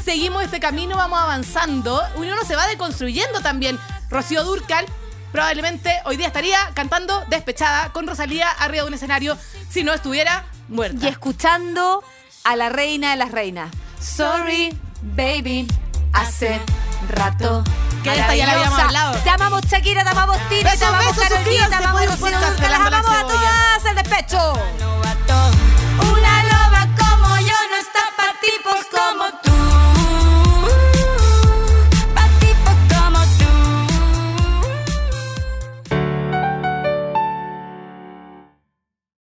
Speaker 5: Seguimos este camino, vamos avanzando. Uno se va deconstruyendo también. Rocío Durcal probablemente hoy día estaría cantando despechada con Rosalía arriba de un escenario si no estuviera muerta.
Speaker 4: Y escuchando a la reina de las reinas. Sorry, baby, hace rato.
Speaker 5: Que esta ya la habíamos
Speaker 4: Maravillosa.
Speaker 5: hablado.
Speaker 4: Te amamos, Shakira, te amamos, Tini,
Speaker 5: Besos,
Speaker 4: te amamos,
Speaker 5: besos,
Speaker 4: Karol G,
Speaker 5: suscríbanse,
Speaker 4: te amamos,
Speaker 5: pueden
Speaker 4: Rocío
Speaker 5: podcast
Speaker 4: Dúrcal, las
Speaker 5: Pelando la
Speaker 4: amamos a
Speaker 5: Cebolla.
Speaker 4: todas, el despecho.